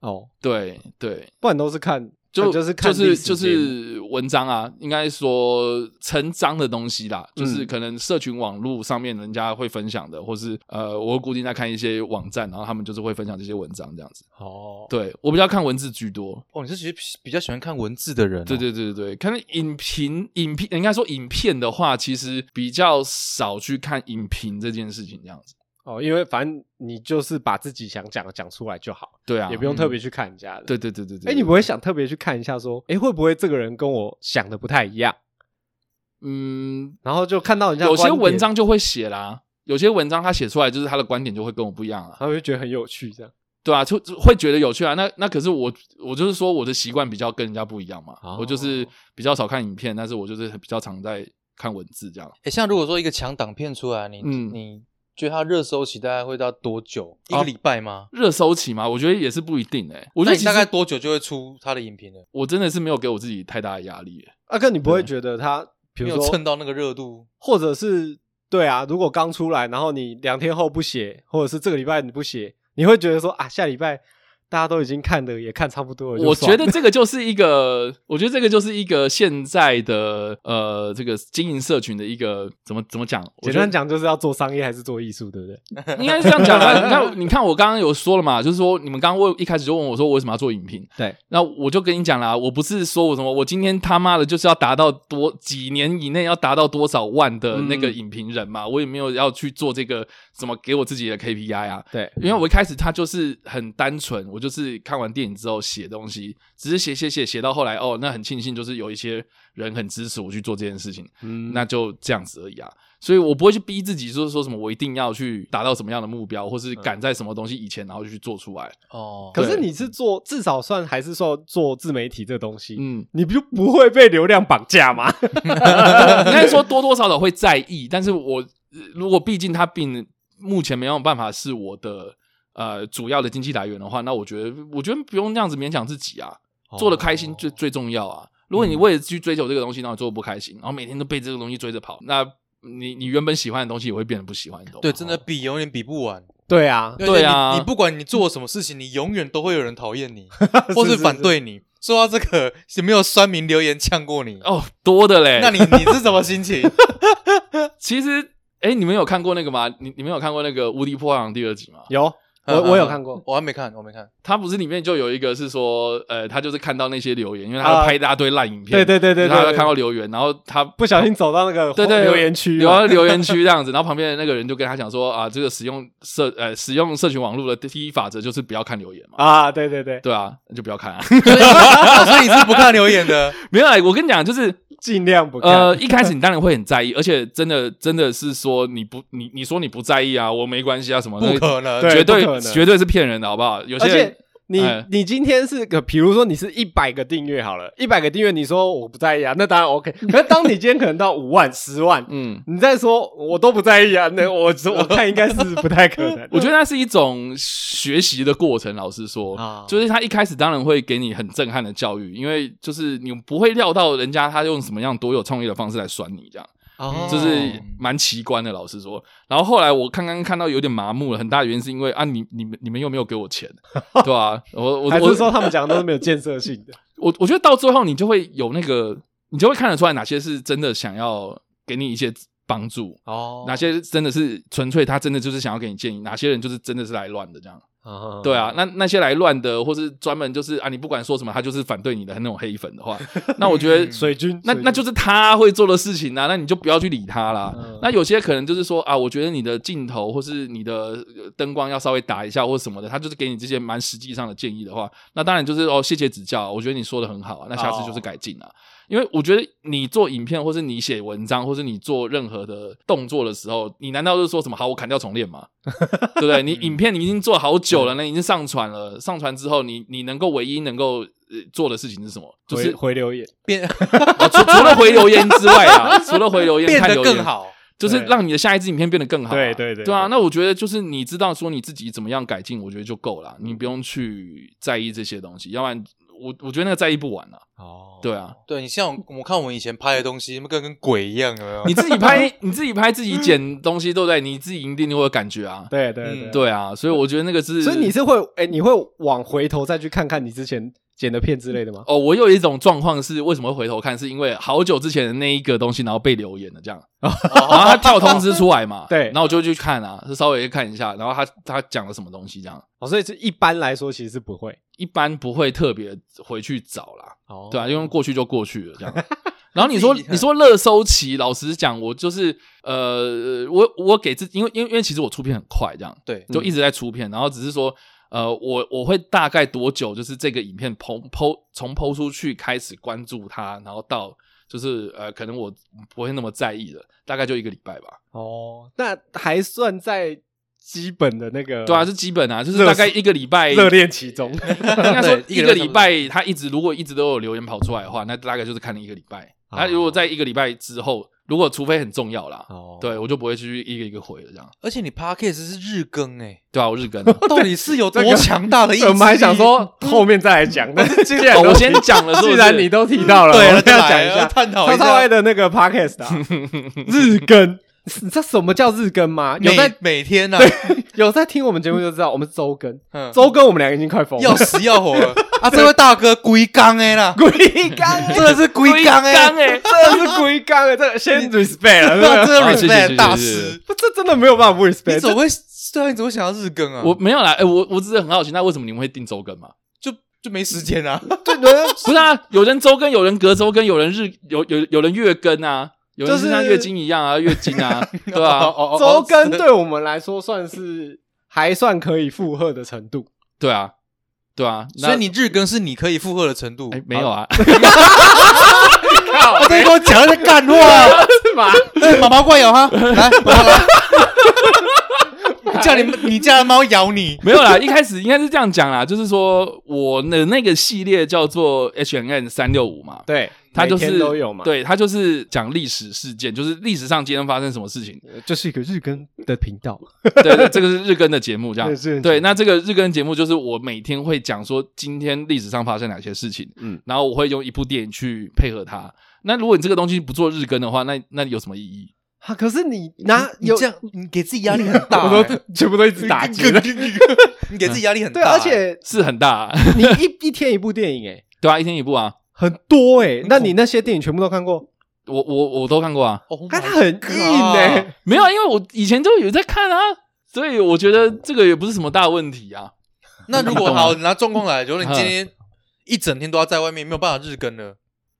哦，对对，不然都是看，就啊就是看就是历史就节目是文章啊，应该说成章的东西啦，嗯就是可能社群网络上面人家会分享的，或是呃，我固定在看一些网站，然后他们就是会分享这些文章这样子。哦， 对我比较看文字居多，哦，你是其实比较喜欢看文字的人、哦对，对对对对，看影评影片，应该说影片的话，其实比较少去看影评这件事情这样子。哦，因为反正你就是把自己想讲的讲出来就好，对啊，也不用特嗯别去看人家的。对对对对对，哎，你不会想特别去看一下说，哎，会不会这个人跟我想的不太一样？嗯，然后就看到人家有些观点文，章就会写啦，有些文章他写出来就是他的观点就会跟我不一样啊，他会觉得很有趣，这样对啊，就就会觉得有趣啊。那那可是我我就是说我的习惯比较跟人家不一样嘛，哦我就是比较少看影片，但是我就是比较常在看文字这样。哎，像如果说一个强档片出来，你、嗯你觉得它热搜期大概会到多久？一啊个礼拜吗？热搜期嘛，我觉得也是不一定哎、我那觉得你其大概实多久就会出它的影评了？我真的是没有给我自己太大的压力、欸啊，哥，你不会觉得他，比没如有说蹭到那个热度，或者是对啊，如果刚出来，然后你两天后不写，或者是这个礼拜你不写，你会觉得说啊，下礼拜大家都已经看的也看差不多了，我就算觉了得这个就是一个，我觉得这个就是一个现在的呃，这个经营社群的一个怎么怎么讲？我简觉得单讲就是要做商业还是做艺术，对不对？应该是这样讲吧。你看，你看我刚刚有说了嘛，就是说你们刚刚问一开始就问我说我为什么要做影评，对，那我就跟你讲啦，我不是说我什么，我今天他妈的就是要达到多几年以内要达到多少万的那个嗯影评人嘛，我也没有要去做这个什么给我自己的 KPI 啊，对，因为我一开始他就是很单纯，我就是看完电影之后写东西，只是写写写写到后来哦，那很庆幸就是有一些人很支持我去做这件事情，嗯那就这样子而已啊。所以我不会去逼自己，就是说什么我一定要去达到什么样的目标，或嗯是赶在什么东西以前，然后就去做出来。哦，可是对你是做至少算还是说做自媒体这东西，嗯，你不就不会被流量绑架 吗？应该说多多少少会在意，但是我呃如果毕竟它并目前没有办法是我的呃主要的经济来源的话，那我觉得我觉得不用那样子勉强自己啊，哦哦做的开心最最重要啊。如果你嗯为了去追求这个东西，然后做的不开心，然后每天都被这个东西追着跑，那你你原本喜欢的东西也会变得不喜欢，你懂吗？对，真的哦比永远比不完。对啊， 因为对啊你你不管你做什么事情，你永远都会有人讨厌你，或是是反对你。说到这个，有没有酸民留言呛过你？哦，多的嘞。那你你是什么 心情？其实，哎，你们有看过那个吗？你你们有看过那个《无敌破坏王》第二集吗？有嗯我我有看过，嗯我还没看，我没 看。他不是里面就有一个是说，呃，他就是看到那些留言，因为他啊拍一大堆烂影片，对对对对然后他对，看到留言，然后他不小心走到那个对对啊留言区留了，到留言区这样子，然后旁边的那个人就跟他讲说啊，这个使用社呃使用社群网络的第一法则就是不要看留言嘛，啊，对对对，对啊，那就不要看啊， 哦所以你是不看留言的，没有啊，我跟你讲就是。尽量不看呃，，一开始你当然会很在意，而且真的真的是说你不你你说你不在意啊，我没关系啊什么，不那可能。对绝不可对能绝对是骗人的好不好？有而些且人。你哎你今天是个，比如说你是一百个订阅好了，一百个订阅，你说我不在意啊，那当然 OK。可是当你今天可能到五万、十万，嗯，。你再说我都不在意啊，那我我看应该是不太可能 我觉得那是一种学习的过程。老实哦说，啊就是他一开始当然会给你很震撼的教育，因为就是你不会料到人家他用什么样多有创意的方式来酸你，这样哦嗯就是蛮奇观的。老实说，然后后来我刚刚看到有点麻木了，很大原因是因为啊，你你们你们又没有给我 钱，对吧、我我还我是说他们讲的都是没有建设性的，我我觉得到最后你就会有那个，你就会看得出来哪些是真的想要给你一些帮助。哦哪些真的是纯粹他真的就是想要给你建议，哪些人就是真的是来乱的这样。嗯对啊，那那些来乱的，或是专门就是啊，你不管说什么，他就是反对你的那种黑粉的话，那我觉得。水军，那水军那就是他会做的事情啊，那你就不要去理他啦。嗯那有些可能就是说啊，我觉得你的镜头或是你的呃灯光要稍微打一下或什么的，他就是给你这些蛮实际上的建议的话，那当然就是哦，谢谢指教啊，我觉得你说的很好啊，那下次哦就是改进啊。因为我觉得你做影片或是你写文章或是你做任何的动作的时候，你难道就是说什么好我砍掉重 练吗？对不对？嗯你影片你已经做好久了，那已经上传了，上传之后你你能够唯一能够呃做的事情是什么？就回是回留言，变啊除除了回留言之外啊，除了回留言变看得留言更，好。就是对让你的下一支影片变得更好啊、对对对对啊，对那我觉得就是你知道说你自己怎么样改进，我觉得就够了，你不用去在意这些东西，要不然我我觉得那个在意不完啊。哦，对啊，对你像我们看我们以前拍的东西，跟跟鬼一样，有没哦有？你自 己拍，你自己拍自己剪东西，对不对？你自己一定会有感觉啊。对对嗯对啊，所以我觉得那个是，所以你是会哎，你会往回头再去看看你之前剪的片之类的吗？哦，我有一种状况是为什么会回头看，是因为好久之前的那一个东西，然后被留言了这样，哦然后 他啊跳通 知出来嘛，对然后我就去看啊，就稍微看一下，然后他他讲了什么东西这样，哦，所以是一般来说其实是不会。一般不会特别回去找啦，哦对啊，因为过去就过去了 这样。然后你说自己看你说热搜期，老实讲，我就是呃，我我给自己，因为因为因为其实我出片很快这样，对，嗯就一直在出片，然后只是说，呃，我我会大概多久，就是这个影片抛抛从抛出去开始关注它，然后到就是呃，可能我不会那么在意了，大概就一个礼拜吧。哦，那还算在基本的那个对啊，是基本啊，就是大概一个礼拜热恋其中。 应该说对一一个个礼礼拜，他一直如果一直都有留言跑出来的话，那大概就是看了一个礼拜。哦那如果在一个礼拜之后，如果除非很重要啦，哦，对我就不会去一个一个回了，这样而且你 podcast 是日更哎，对啊，我日更啊。到底是有这多个强大 的意志力？我们还想说后面再来讲，但 是既然哦都我先讲了，是不既是然你都提到了， 对 我了，们再要来讲一要下探讨超一超爱下。的那个 podcast 啊，日更。你知道什么叫日更吗？有在每每天呐，有在听我们节目就知道，我们是周更， 嗯周更我们两个已经快疯要了，死要活了啊！这位大哥龟缸哎 啦，鬼刚，真的是龟缸哎刚， 哎，真的是鬼刚啊！这个先 respect 了，那这 真的哦谢谢谢谢 respect 大谢谢师，不这真的没有办法不 respect。你怎么会对啊？你怎么会想要日更啊？我没有啦，哎、我我只是很好奇，那为什么你们会定周更嘛？就就没时间啊。这对对不是啊，有人周更，有人隔周更，有人日有有有人月更啊，有人就是像月经一样啊，月经啊，对哦吧、啊？哦哦周更是对我们来说算是还算可以负荷的程度。对啊，对啊，那所以你日更是你可以负荷的程度。哎、没有 啊，啊，他在跟我讲那些干话，是吧？哎妈妈快咬哈，来，妈妈来 你叫你你家的猫咬你， 没有啦，一开始应该是这样讲啦，就是说我的那个系列叫做 H N N 三六五嘛，对，它就每是天都有嘛，，对，它就是讲历史事件，就是历史上今天发生什么事情。 就是一个日更的频道。对，对这个是日更的节目，这对样 日更节目对。那这个日更节目就是我每天会讲说今天历史上发生哪些事情，嗯嗯，然后我会用一部电影去配合它。那如果你这个东西不做日更的话，那那有什么意义？啊，可是你拿你有这样你给自己压力很大 我欸，都全部都一直打击了。你给自己压力很大对，欸。而且是很大、啊， 你一 一天一部电影，哎，对啊，一天一部啊，很多哎。那你那些电影全部都看过？我我我都看过啊， Oh my 看它很硬 God 哎，没有啊，因为我以前就有在看啊，所以我觉得这个也不是什么大问题啊。那如果懂吗好，拿状况来，如果你今天一整天都要在外面，没有办法日更了，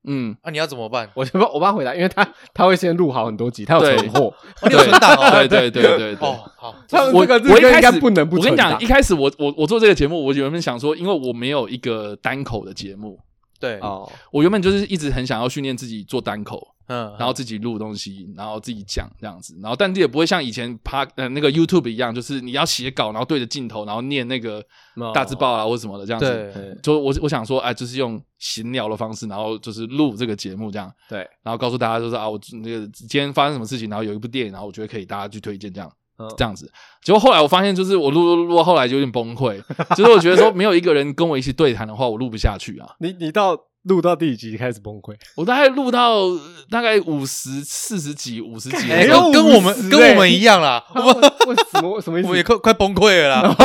嗯，啊，你要怎么办？ 我帮我帮回答，因为他他会先录好很多集，他有对存 货。哦你有存档哦。对对对对对。哦，好，像我这个日我一更开应该始不能不我跟存你档讲，一。开始我我我做这个节目，我原本想说，因为我没有一个单口的节目，对，哦，我原本就是一直很想要训练自己做单口，嗯，然后自己录东西，然后自己讲这样子，然后但是也不会像以前趴呃那个 YouTube 一样，就是你要写稿，然后对着镜头，然后念那个哦大字报啊或什么的这样子。对，就我我想说，哎、就是用闲聊的方式，然后就是录这个节目这样，对，然后告诉大家就是啊，我那个今天发生什么事情，然后有一部电影，然后我觉得可以大家去推荐这样。嗯这样子。结果后来我发现，就是我录录录到后来就有点崩溃，就是我觉得说没有一个人跟我一起对谈的话，我录不下去啊。你你到录到第几集开始崩 溃？我大概录到呃大概五十四十几、五十几哎的哎时候，呦跟跟我们50跟我们一 样啦，我我什么什么意我也思？快快崩溃了 啦，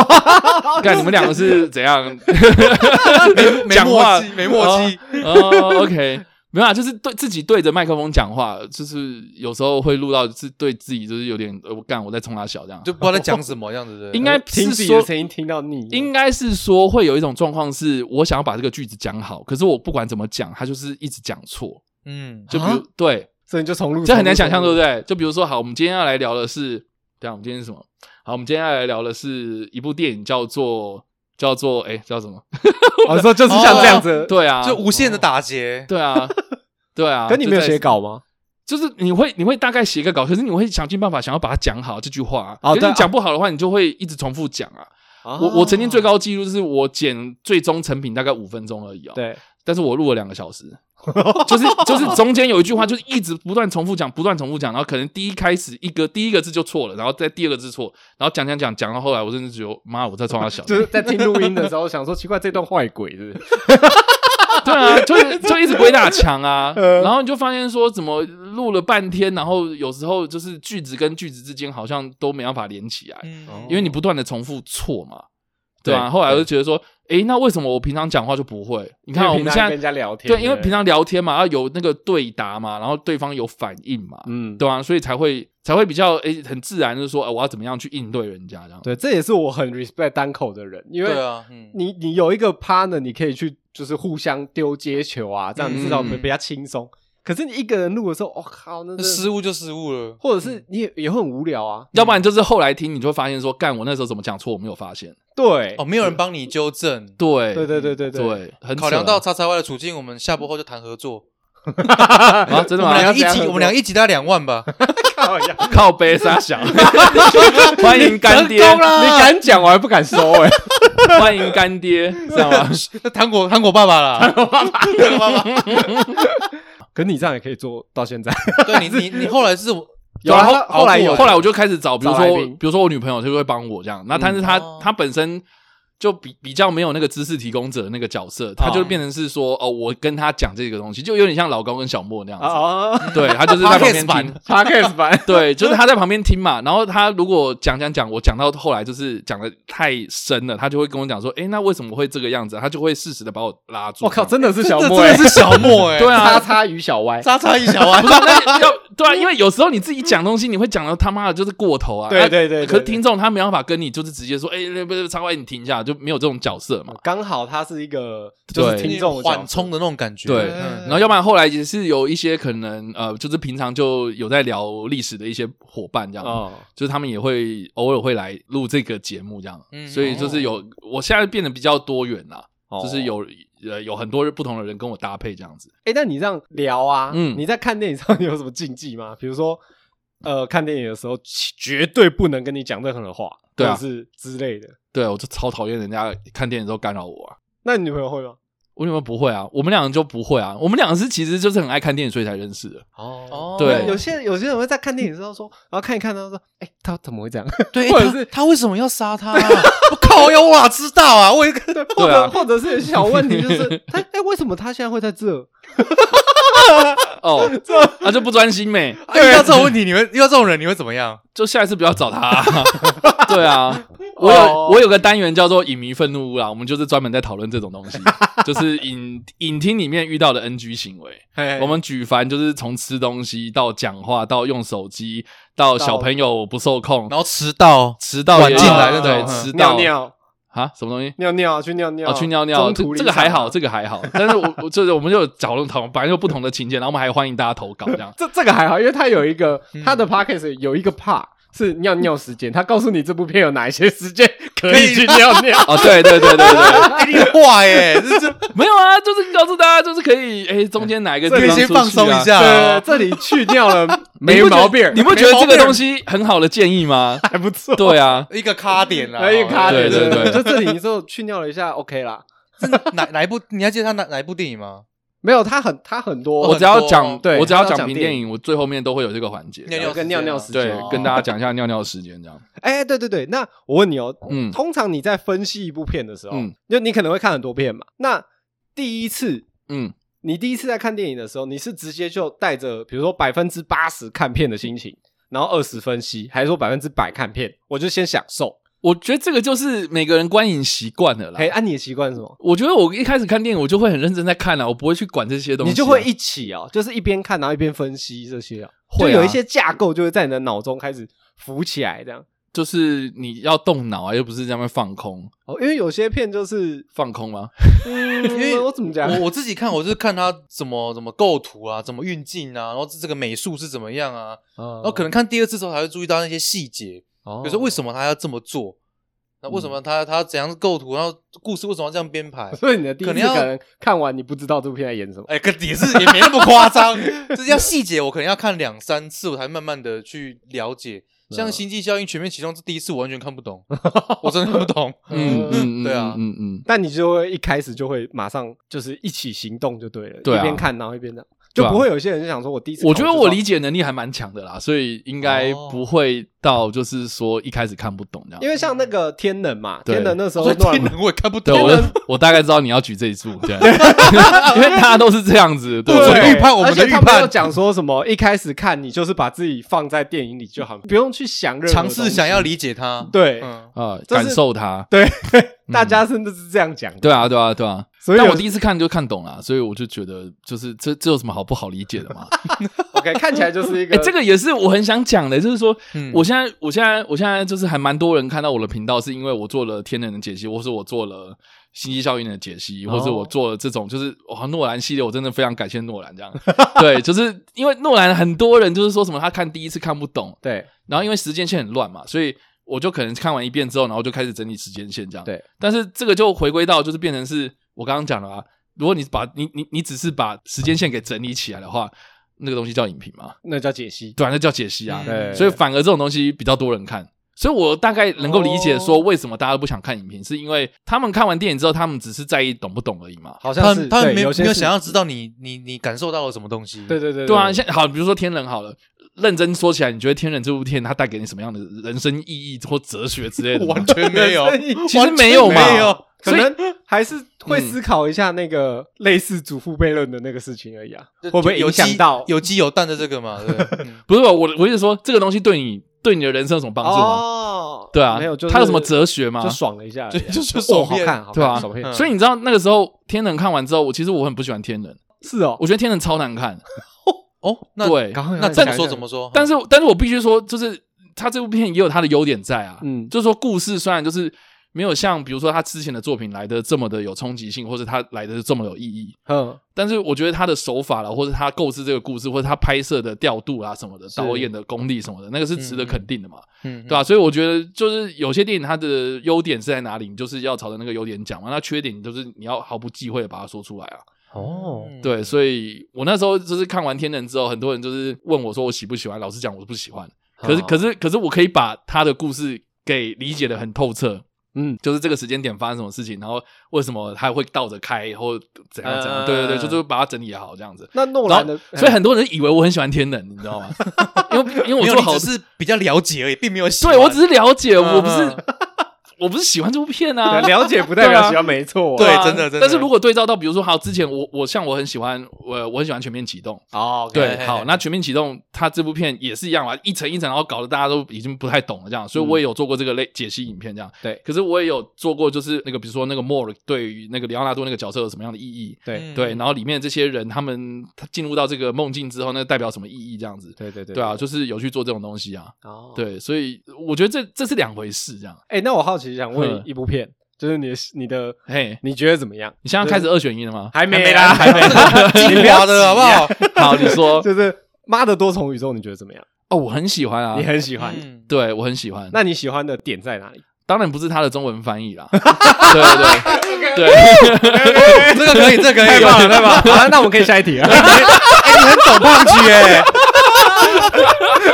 看你们两个是怎样没没讲话默契，没默契。哦，OK，没有啊，就是对自己对着麦克风讲话，就是有时候会录到是对自己就是有点呃我干我在冲他笑这样，就不知道在讲什么样子的。应该听是自己说的声音听到腻了，应该是说会有一种状况是我想要把这个句子讲好，可是我不管怎么讲，他就是一直讲错，嗯，就比如对。所以啊你就重录。这很难想象，对不对？对？就比如说，好，我们今天要来聊的是，对啊，我们今天是什么？好，我们今天要来聊的是一部电影，叫做叫做哎叫什么？我哦说就是像这样子，对啊，就无限的打劫。对啊，对啊。可你没有就在写，稿吗？就是你会你会大概写个稿，可是你会想尽办法想要把它讲好这句话、哦啊可是对哦你讲不好的话，你就会一直重复讲啊。我我曾经最高纪录就是我剪最终成品大概五分钟而已哦。对，但是我录了两个 小时，就是就是中间有一句话，就是一直不断重复讲，不断重复讲，然后可能第一开始一个第一个字就错了，然后再第二个字错，然后讲讲讲讲 到后来，我真的觉得妈，我在冲他小，就是在听录音的时候想说，奇怪，这段坏鬼是不是？对啊，就就一直鬼打墙啊， 嗯然后你就发现说，怎么录了半天，然后有时候就是句子跟句子之间好像都没办法连起来，嗯因为你不断的重复错嘛，对对啊，后来我就觉得说，诶，那为什么我平常讲话就不会？你看我们平现常跟人在家聊天，对，因为平常聊天嘛，要有那个对答嘛，然后对方有反应嘛，嗯，对啊，所以才会才会比较诶很自然，就是说，呃，我要怎么样去应对人家这样。对，这也是我很 respect 单口的人，因为对啊，嗯，你你有一个 partner，你可以去就是互相丢接球啊，这样嗯至少比比较轻松。可是你一个人录的时候，我、哦靠，那那是失误就失误了，或者是你也、也会很无聊啊。要不然就是后来听，你就会发现说，干我那时候怎么讲错，我没有发现。对，哦，没 有人帮你纠正。对对对对对对，对，很考量扯啊到叉叉 Y 的处境，我们下播后就谈合作。啊真的我吗们你俩一集，我们俩一集大概两万吧。靠呀，靠背沙 小，欢迎干 爹，成功啦你敢讲，我还不敢 收哎、欢迎干爹，知道吗？ 那糖果糖果爸爸啦，糖果爸爸，可你这样也可以做到现在，对你你你后来是有啊对后后来有后来我就开始找，比如找来说宾比如说我女朋友，她就会帮我这样。那但是她哦她本身就比比较没有那个知识提供者那个角色，她就变成是说哦，我跟她讲这个东西，就有点像老高跟小莫那样子。 啊对，她就是在旁 Podcast 边版听。 p o d c a s 版，对，就是他在旁边听嘛，然后他如果讲讲讲，我讲到后来就是讲的太深了，他就会跟我讲说，诶，那为什么会这个样子啊？他就会适时的把我拉住。我靠，这真样的是小这莫、真欸的，是小莫哎，对叉啊，叉与小歪， 叉叉一小歪不，是 那要对啊，因为有时候你自己讲东西，你会讲到他妈的就是过头啊。对啊对对对可是对听众他没办法跟你就是直接说，诶，那不是超歪，你停一下，就没有这种角色嘛。刚好他是一个就是对听众的角色缓冲的那种感觉，对，嗯然后要不然后来也是有一些可能呃，就是平常就有在聊历史的一些伙伴这样，哦，就是他们也会偶尔会来录这个节目这样，嗯所以就是有、我现在变得比较多元啦，哦就是有呃有很多不同的人跟我搭配这样子。哎、那你这样聊啊，嗯你在看电影上 有什么禁忌吗？比如说，呃，看电影的时候绝对不能跟你讲任何的话，对啊或者是之类的。对我就超讨厌人家看电影的时候干扰我啊。那你女朋友会吗？我女朋友不会啊，我们两个就不会啊，我们两个是其实就是很爱看电影，所以才认识的。哦。哦对有些有些人会在看电影的时候说，然后看一看，他说：“哎、他怎么会这样？ 对，或者他是他为什么要杀他 啊？我靠，要我哪知道啊？我一个或对者啊或者是小问题， 就是他哎、为什么他现在会在这？ 哦，那、就不专心呗，啊遇到这种问题，你会遇到这种人，你会怎么样？就下一次不要找 他、啊。对啊，我有、哦我有个单元叫做影迷愤怒屋啦，我们就是专门在讨论这 种东西，就是影影厅里面遇到的 NG 行为。哎我们举凡就是从吃东西到讲话到用手机到小朋友不受控然，后迟到，迟到也有晚进来那对种嗯迟尿到尿啊什么东西。尿尿去尿尿啊，去尿尿，这中途这个还好，这个。个还好。 但是我我就是我们就有讨论讨论，反正有不同的情节，然后我们还欢迎大家投稿这样 这这个还好，因为他有一个、嗯他的 podcast 有一个 part 是尿尿时间，他告诉你这部片有哪一些时间可以去尿尿。 哦，对对对对对，哎，你坏耶，这这 没有啊，就是告诉大家，就是可以，哎，中间哪一个这地边先方出放去松啊一下对，哦。这里去掉 了你没不觉得毛病，你不觉得没毛这病个 ？东西很好的建议吗 还不错？对啊，一个卡点啦，可以卡对点，对对就这里你就去尿了一下，OK 啦。哪哪一部？你还记得他哪哪一部电影吗？没有，他很他很多，我只要讲，对我只他要要讲讲评电电影，我最后面都会有这个环节。尿有一个时间尿尿啊时对间哦，跟大家讲一下尿尿时间这样。哎，对对对，那我问你哦，嗯通常你在分析一部片的时候嗯，就你可能会看很多片嘛，那第一次。嗯，你第一次在看电影的时候，你是直接就带着比如说百分之八十看片的心情，然后二十分析，还是说百分之百看片？我就先享受。我觉得这个就是每个人观影习惯了啦哎，。按你的习惯是什么？我觉得我一开始看电影，我就会很认真在看了，我不会去管这些东西啊。你就会一起哦，就是一边看，然后一边分析这些、哦，会啊就有一些架构就会在你的脑中开始浮起来，这样就是你要动脑啊，又不是在那边放空，哦。因为有些片就是，放空吗？嗯，因为我怎么讲，我我自己看，我就是看他怎么怎么构图啊，怎么运镜啊，然后这这个美术是怎么样啊，然哦后可能看第二次之后才会注意到那些细节，哦？比如说为什么他要这么做，那为什么他他怎样构图，然后故事为什么要这样编排 所以你的第一次哦可能要可能看完你不知道这部片在演什么，哎，可也是也没那么夸张，就是要细节，我可能要看两三次，我才慢慢的去了解。像《星际效应》全面启动，这第一次我完全看不懂，我真的看不懂。嗯嗯，嗯对啊嗯嗯嗯。但你就会一开始就会马上就是一起行动就对了，对啊一边看然后一边的。就对啊不会有一些人就想说我第一次考我就觉知道，得我理解能力还蛮强的啦，所以应该哦不会到就是说一开始看不懂这样。因为像那个天能嘛，对天能那时候所以诺兰 天能我也看不对，懂，我我我大概知道你要举这一注，对，因为大家都是这样子，对我不们的对预判我们的而且他预判们又讲说什么一开始看你就是把自己放在电影里就好，不用去想任何尝试想要要理解它。对、嗯，啊，这是感受它。对，大家甚至是这样讲的。嗯对啊，对啊，对啊。所以但有我第一次看就看懂了，所以我就觉得，就是这这有什么好不好理解的嘛？ OK，看起来就是一 哎、个这个也是我很想讲的，就是说，嗯我现在，我现在，我现在就是还蛮多人看到我的频道，是因为我做了天人的解析，或是我做了星际效应的解析，或是我做了这种，就是哇，诺兰系列，我真的非常感谢诺兰这样。 对，就是因为诺兰很多人就是说什么他看第一次看不懂，对然后因为时间线很乱嘛，所以我就可能看完一遍之后，然后就开始整理时间线这样。对，但是这个就回归到就是变成是我刚刚讲了啊，如果你把你你你只是把时间线给整理起来的话，那个东西叫影评嘛，那叫解析。对、啊，那叫解析啊。嗯对，所以反而这种东西比较多人看。所以我大概能够理解哦说，为什么大家不想看影评，是因为他们看完电影之后，他们只是在意懂不懂而已嘛。好他像是他们对没有有些没有是想要知道你你你感受到了什么东西。对对对，对啊，像好，比如说《天人》好了，认真说起来，你觉得《天人》这部片它带给你什么样的人生意义或哲学之类的吗？完全没有 其实没有嘛，完全没有可所以能还是会思考一下那个类似祖父悖论的那个事情而已啊，会 不就会有影响鸡到有鸡有蛋的这个嘛？对不对，嗯不是我，我意思说，这个东西对你对你的人生有什么帮助吗？哦，对啊，没有，就是它有什么哲学吗就？爽了一下而已就啊，就是 哦，爽好片看，好看对啊爽片嗯所以你知道那个时候《天人》看完之后，我其实我很不喜欢《天人》，是哦，我觉得《天人》超难看。哦，那对，赶快那赶快怎么讲说讲怎么说？但是但是我必须说，就是他这部片也有他的优点在啊，嗯就是说故事虽然就是没有像比如说他之前的作品来的这么的有冲击性，或者他来的这么有意义，嗯，但是我觉得他的手法啦，或者他构思这个故事，或者他拍摄的调度啊什么的，导演的功力什么的，那个是值得肯定的嘛，嗯，对啊吧、所以我觉得就是有些电影它的优点是在哪里，你就是要朝着那个优点讲嘛，那缺点就是你要毫不忌讳的把它说出来啊。哦，嗯对，所以我那时候就是看完《天人》之后，很多人就是问我说我喜不喜欢，老实讲我不喜欢，可是哦可是可是我可以把他的故事给理解的很透彻。嗯，就是这个时间点发生什么事情，然后为什么他会倒着开，或怎样怎嗯样，对对对，就是把它整理好这样子。那诺兰然后的，，所以很多人以为我很喜欢天能，你知道吗？ 因为因没为我有做你好只，是比较了解而已，并没有喜欢。对我只是了解，嗯我不是嗯 我不是喜欢这部片啊，嗯了解不代对表啊喜欢，没错啊，对啊真的真的但是如果对照到，比如说，好，之前我我像我很喜欢，我我很喜欢全面启动，哦，对对，好，那《全面启动》它这部片也是一样嘛，一层一层，然后搞得大家都已经不太懂了，这样，所以我也有做过这个类解析影片，这样。嗯对可是我也有做过，就是那个比如说那个莫尔对于那个里奥纳多那个角色有什么样的意义，对对，然后里面这些人他们他进入到这个梦境之后，那代表什么意义，这样子，对对对对啊，，就是有去做这种东西啊，哦，对，所以我觉得这这是两回事，这样。哎，那我好奇想问嗯一部片，就是你的你的嘿，你觉得怎么样？你现在开始二选一 了吗？还没啊啦，还 没啦精华的好不好？啊好，你 说就是妈的多重宇宙，你觉得怎么样？哦，我很喜欢啊你，很喜欢，嗯 对我很喜欢。那你喜欢的点在哪 里？当然不是他的中文 翻译啦，对对对对，这个可以，这个可以，太棒了，太棒 了！好了，那我们可以下一题了。哎，你很懂胖菊哎，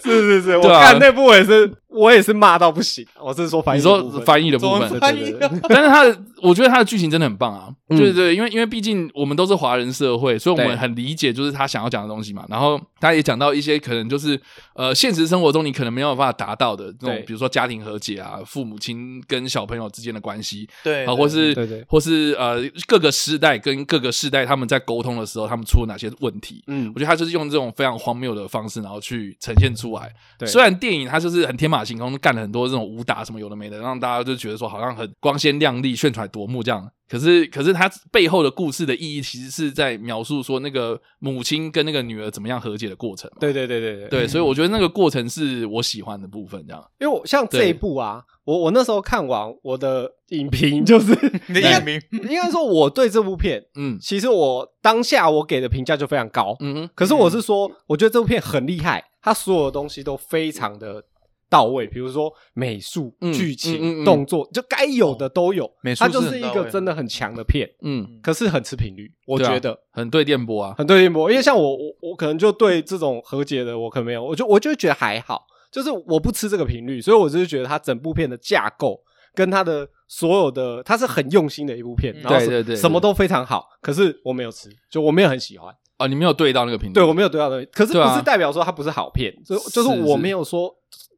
是是是，我对啊看那部我也是，我也是骂到不行。我是说翻译你的部分，说翻译 的怎部么分，翻译对对啊？但是他的，我觉得他的剧情真的很棒啊，嗯对对对，因为因为毕竟我们都是华人社会，所以我对们很理解就是他想要讲的东西嘛。然后他也讲到一些可能就是呃现实生活中你可能没有办法达到的那对种，比如说家庭和解啊，父母亲跟小朋友之间的关系，对啊，或是对对或是呃各个世代跟各个世代他们在沟通的时候，他们出了哪些问题？嗯我，觉得他就是用这种非常荒谬的方式，然后去呈现出来。对虽然电影它就是很天马行空，干了很多这种武打什么有的没的，让大家就觉得说好像很光鲜亮丽、炫彩夺目这样。可是，可是它背后的故事的意义，其实是在描述说那个母亲跟那个女儿怎么样和解的过程嘛。对对对对对对，所以我觉得那个过程是我喜欢的部分。这样，因为我像这一部啊，我我那时候看完我的影评，就是 你的艺名，应该说我对这部片，嗯其实我当下我给的评价就非常高。嗯可是我是说，我觉得这部片很厉害，它所有东西都非常的到位，比如说美术、嗯剧嗯情、嗯嗯哦动作，就该有的都有。美术它就是是很一到个位真的很强的片，嗯，可是很吃频率，我对啊觉得。很对电波啊。很对应波，因为像我，我我可能就对这种和解的，我可能没有，我就我就觉得还好，就是我不吃这个频率，所以我就是觉得它整部片的架构跟它的所有的，它是很用心的一部片，嗯然后什对对对对什么都非常好，可是我没有吃，就我没有很喜欢，哦，你没有对到那个频率，对我没有对到的，可是对啊不是代表说它不是好片，就就是是我没有说，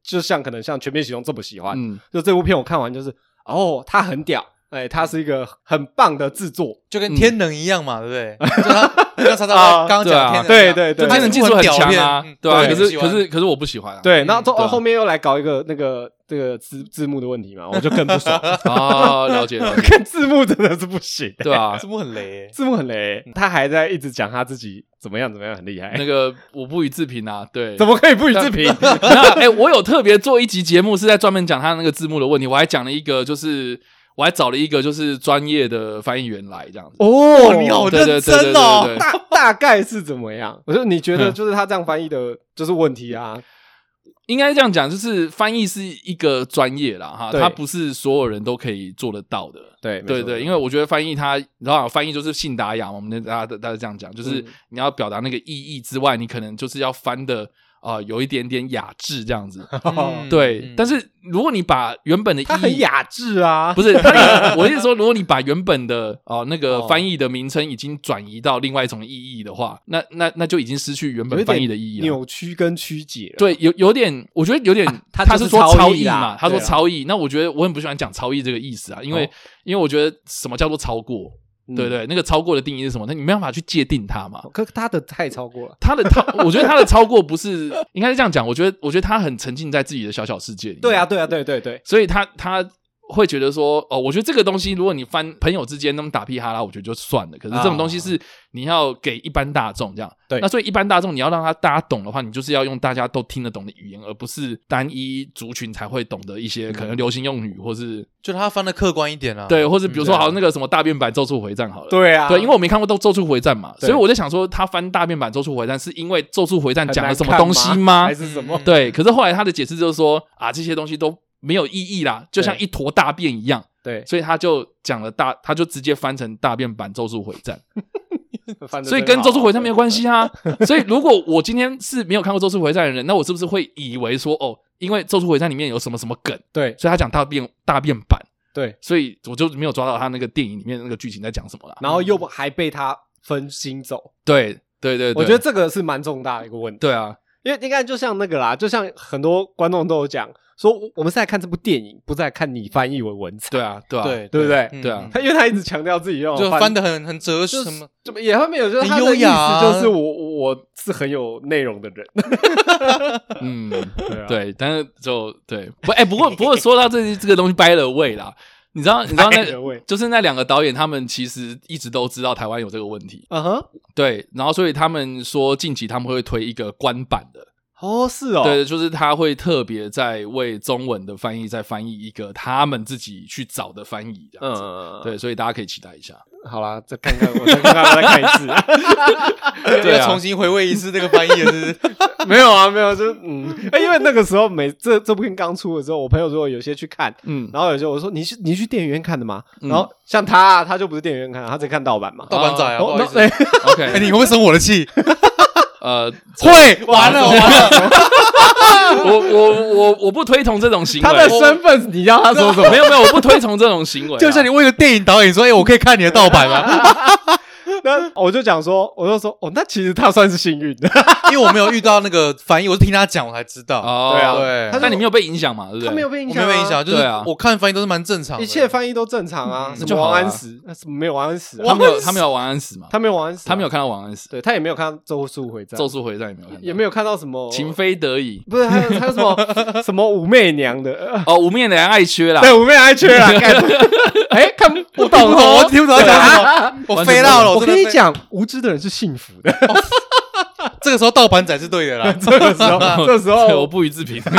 就像可能像《全面启动》这么喜欢，嗯，就这部片我看完就是，哦，它很屌，哎，它是一个很棒的制作，就跟嗯天能一样嘛，对不对？就他刚才他刚刚 对讲天能啊一样，对对对就天它能是技术很强啊，对啊，嗯对可我是喜可欢是可是我不喜欢啊，对，然后对后啊后面又来搞一个那个这个字字幕的问题嘛，我就更不爽，哦，了解了 解，看字幕真的是不行的，对啊，字幕很雷欸，字幕很雷，他还在一直讲他自己怎么样怎么样很厉害那，个我不予置评啊，对，怎么可以不予置 评？哦那哎、我有特别做一集节目，是在专门讲他那个字幕的问题。我还讲了一个，就是我还找了一个就是专业的翻译员来这样子。哦哇你好对对对认真对对哦 对，大大概是怎么样？我说你觉嗯得就是他这样翻译的，就是问题啊？应该这样讲，就是翻译是一个专业啦，哈，对它不是所有人都可以做得到的。对对对，因为我觉得翻译它，然后翻译就是信达雅嘛，我们大家大家这样讲，就是嗯你要表达那个意义之外，你可能就是要翻的啊、呃有一点点雅致这 样子。嗯对，嗯但是如果你把原本的意义他很雅致啊， 不是，他我是说，如果你把原本的哦那个哦翻译的名称已经转移到另外一种意义的话，那那那就已经失去原有本一翻点译的意义了。扭曲跟曲解了。对，有有点，我觉得有点，他他就是说超超译啦嘛，他说对啊超译，那我觉得我很不喜欢讲超译这个意思啊，因为、哦因为我觉得什么叫做超过，嗯对，对，那个超过的定义是什么？那你没办法去界定它嘛。可他的太超过了。他的他，我觉得他的超过不是 应该是这样讲，我觉得我觉得他很沉浸在自己的小小世界里面。对啊，对啊，对对对，所以他他会觉得说，哦，我觉得这个东西，如果你翻朋友之间那么打屁哈啦，我觉得就算了。可是这种东西是你要给一般大众这样，啊对那所以一般大众你要让他大家懂的话，你就是要用大家都听得懂的语言，而不是单一族群才会懂得一些可能流行用语，或是就他翻的客观一点啦。对，或是比如说嗯对啊好那个什么大变版《咒术回战》好了。对啊，对，因为我没看过《咒咒术回战》嘛，对所以我在想说，他翻大变版《咒术回战》是因为《咒术回战》很讲了难什么看东西吗还？是什么嗯？对，可是后来他的解释就是说啊，这些东西都没有意义啦，就像对一坨大便一样，对，所以他就讲了大，他就直接翻成大便版《咒术回战 翻》，得所以真跟《好咒术回战》没有关系啊。 所以如果我今天是没有看过《咒术回战》的人，那我是不是会以为说哦，因为《咒术回战》里面有什么什么梗，对所以他讲大便大便版，对，所以我就没有抓到他那个电影里面那个剧情在讲什么啦。然后又不还被他分心走，对对对，对我觉得这个是蛮重大的一个问题。对啊，因为应该就像那个啦，就像很多观众都有讲说，我我们是在看这部电影，不是在看你翻译为文字，对啊，对啊，哦对对不对？嗯对啊他因为他一直强调自己要就翻翻的很很哲就是什么，怎么也会没有，就是很他的优意雅啊思就是我我是很有内容的人，嗯，对啊对，但是就对，不，哎、不过不过说到这这个东西掰了位啦，你知道你知道那 By the way 就是那两个导演他们其实一直都知道台湾有这个问题，嗯哼，对，然后所以他们说近期他们会推一个官版的，哦是哦，对，就是他会特别在为中文的翻译再翻译一个他们自己去找的翻译这嗯，样子。嗯，嗯对，所以大家可以期待一下。嗯好啦，再看看，我再看看，我再看一次，对啊要重新回味一次这个翻译了，是不是 没有啊，没有，就是嗯，哎因为那个时候每这这部片刚出的时候，我朋友如果有些去看， 嗯，然后有些我说你去你去电影院看的吗？嗯然后像他啊，他就不是电影院看，他只看盗版嘛。盗版仔啊，然不哦后好意然后思。对哎， OK，你会不会生我的气？ 呃，会，完了 完了，我我我我不推崇这种行为，他的身份，你要他说什么？没有没有，我不推崇这种行为啊。就像你为了电影导演说，哎，我可以看你的盗版 吗？那我就讲说，我就说，哦，那其实他算是幸运的。因为我没有遇到那个翻译，我是听他讲我才知道。哦，对啊对他，但你没有被影响嘛？对不对？他没有被我影没响、啊，有影响，就是对啊我看翻译都是蛮正常的，一切翻译都正常啊。嗯什就么好王啊安石，那什么没有王安石、啊，他没有他没有王安石嘛？他没有王安石、啊他没有，看到王安石，对他也没有看到《咒术回战》，咒术回战也没有看到，也啊没有看到什么情，非得已不是还有还有什 么什么武媚娘的，呃哦，无面良爱缺 啦，对武媚娘还缺了，干 哎，看不懂 我哦。听不懂他讲什么， 我完全飞到了。我真的跟你飞，讲，无知的人是幸福的。这个时候盗版仔是对的啦。 这个时候，这时对我候不予置评。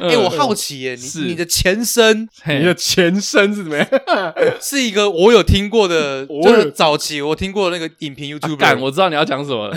哎，哎我好奇耶，你是你的前身你啊的前身是怎么样？是一个我有听过的，我有就是早期我听过那个影评 YouTube，啊干，我知道你要讲什么了，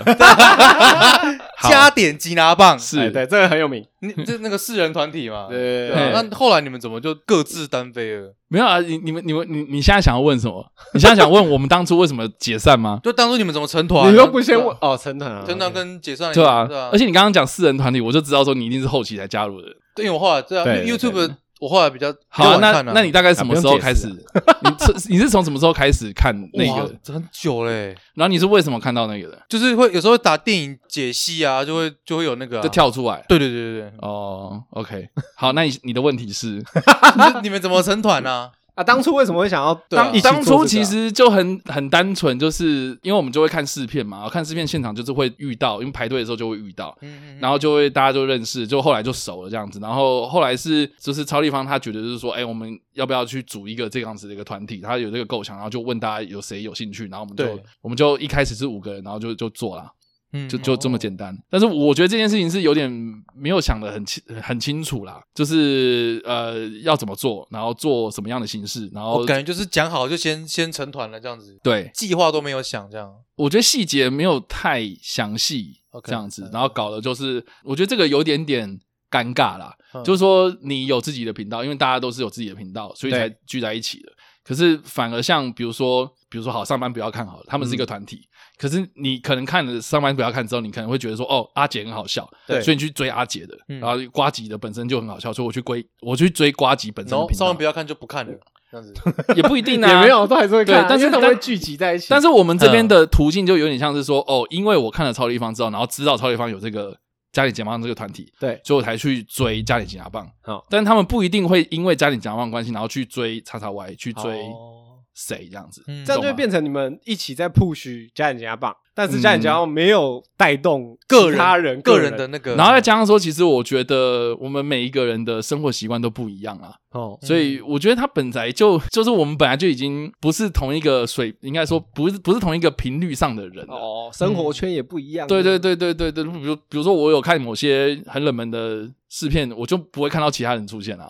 好加点吉拿棒，哎是对，这个很有名。你这那个四人团体嘛？对啊对那后来你们怎么就各自单飞了？没有啊？你你们你们你你现在想要问什么？你现在想问我们当初为什么解散吗？就当初你们怎么成团？你都不先问哦，陈腾啊，成团跟解散，对啊哎对，而且你刚刚讲四人团体，我就知道说你一定是后期才加入的人。对因为我后来对啊对对对，YouTube 我后来比较比好、啊，较晚那看啊那你大概什么时候开始？啊不你是你 是从什么时候开始看 那哇个？很久嘞，然后你是为什么看到那个的？就是会有时候会打电影解析啊，就会就会有那个啊就，跳出来。对对对嗯 对哦，OK，好，那你你的问题是，对，就是你们怎么成团呢？啊，当初为什么会想要对 啊一起做当初这个啊其实就很很单纯，就是因为我们就会看试片嘛，哦看试片现场就是会遇到，因为排队的时候就会遇到，嗯嗯，然后就会大家就认识，就后来就熟了这样子。然后后来是就是超立方他觉得就是说，哎、我们要不要去组一个这样子的一个团体？他有这个构想，然后就问大家有谁有兴趣，然后我们就对我们就一开始是五个人，然后就就做了，嗯就就这么简单。但是我觉得这件事情是有点没有想的很清很清楚啦，就是呃要怎么做，然后做什么样的形式，然后我哦感觉就是讲好就先先成团了这样子，对，计划都没有想这样。我觉得细节没有太详细 OK，这样子嗯，然后搞的就是，我觉得这个有点点尴尬啦。嗯就是说，你有自己的频道，因为大家都是有自己的频道，所以才对聚在一起的。可是反而像比如说，比如说好上班不要看好了，他们是嗯一个团体。可是你可能看了上班不要看之后，你可能会觉得说，哦，阿杰很好笑，对所以你去追阿杰的，嗯然后瓜吉的本身就很好笑，所以我去追我去追瓜吉本身然的后频上道完不，要看就不看了，这 样子。也不一定 啊，也没有，都还是会看啊，对但是因为他们但会聚集在一起。但是我们这边的途径就有点像是说，哦，因为我看了超立方之后，然后知道超立方有这个家里解放这个团体，对所以我才去追家里解压棒。好但是他们不一定会因为家里解压棒的关系，然后去追叉叉 Y，去追哦谁这样子。嗯这样就会变成你们一起在 push 加点加棒，但是加点加棒没有带动个人其他嗯人个人人的那个，然后再加上说，其实我觉得我们每一个人的生活习惯都不一样啦，哦所以我觉得他本来就就是我们本来就已经不是同一个水，应该说不是不是同一个频率上的人了。哦，生活圈也不一样。对对，对对对对，比如比如说我有看某些很冷门的试片，我就不会看到其他人出现啊，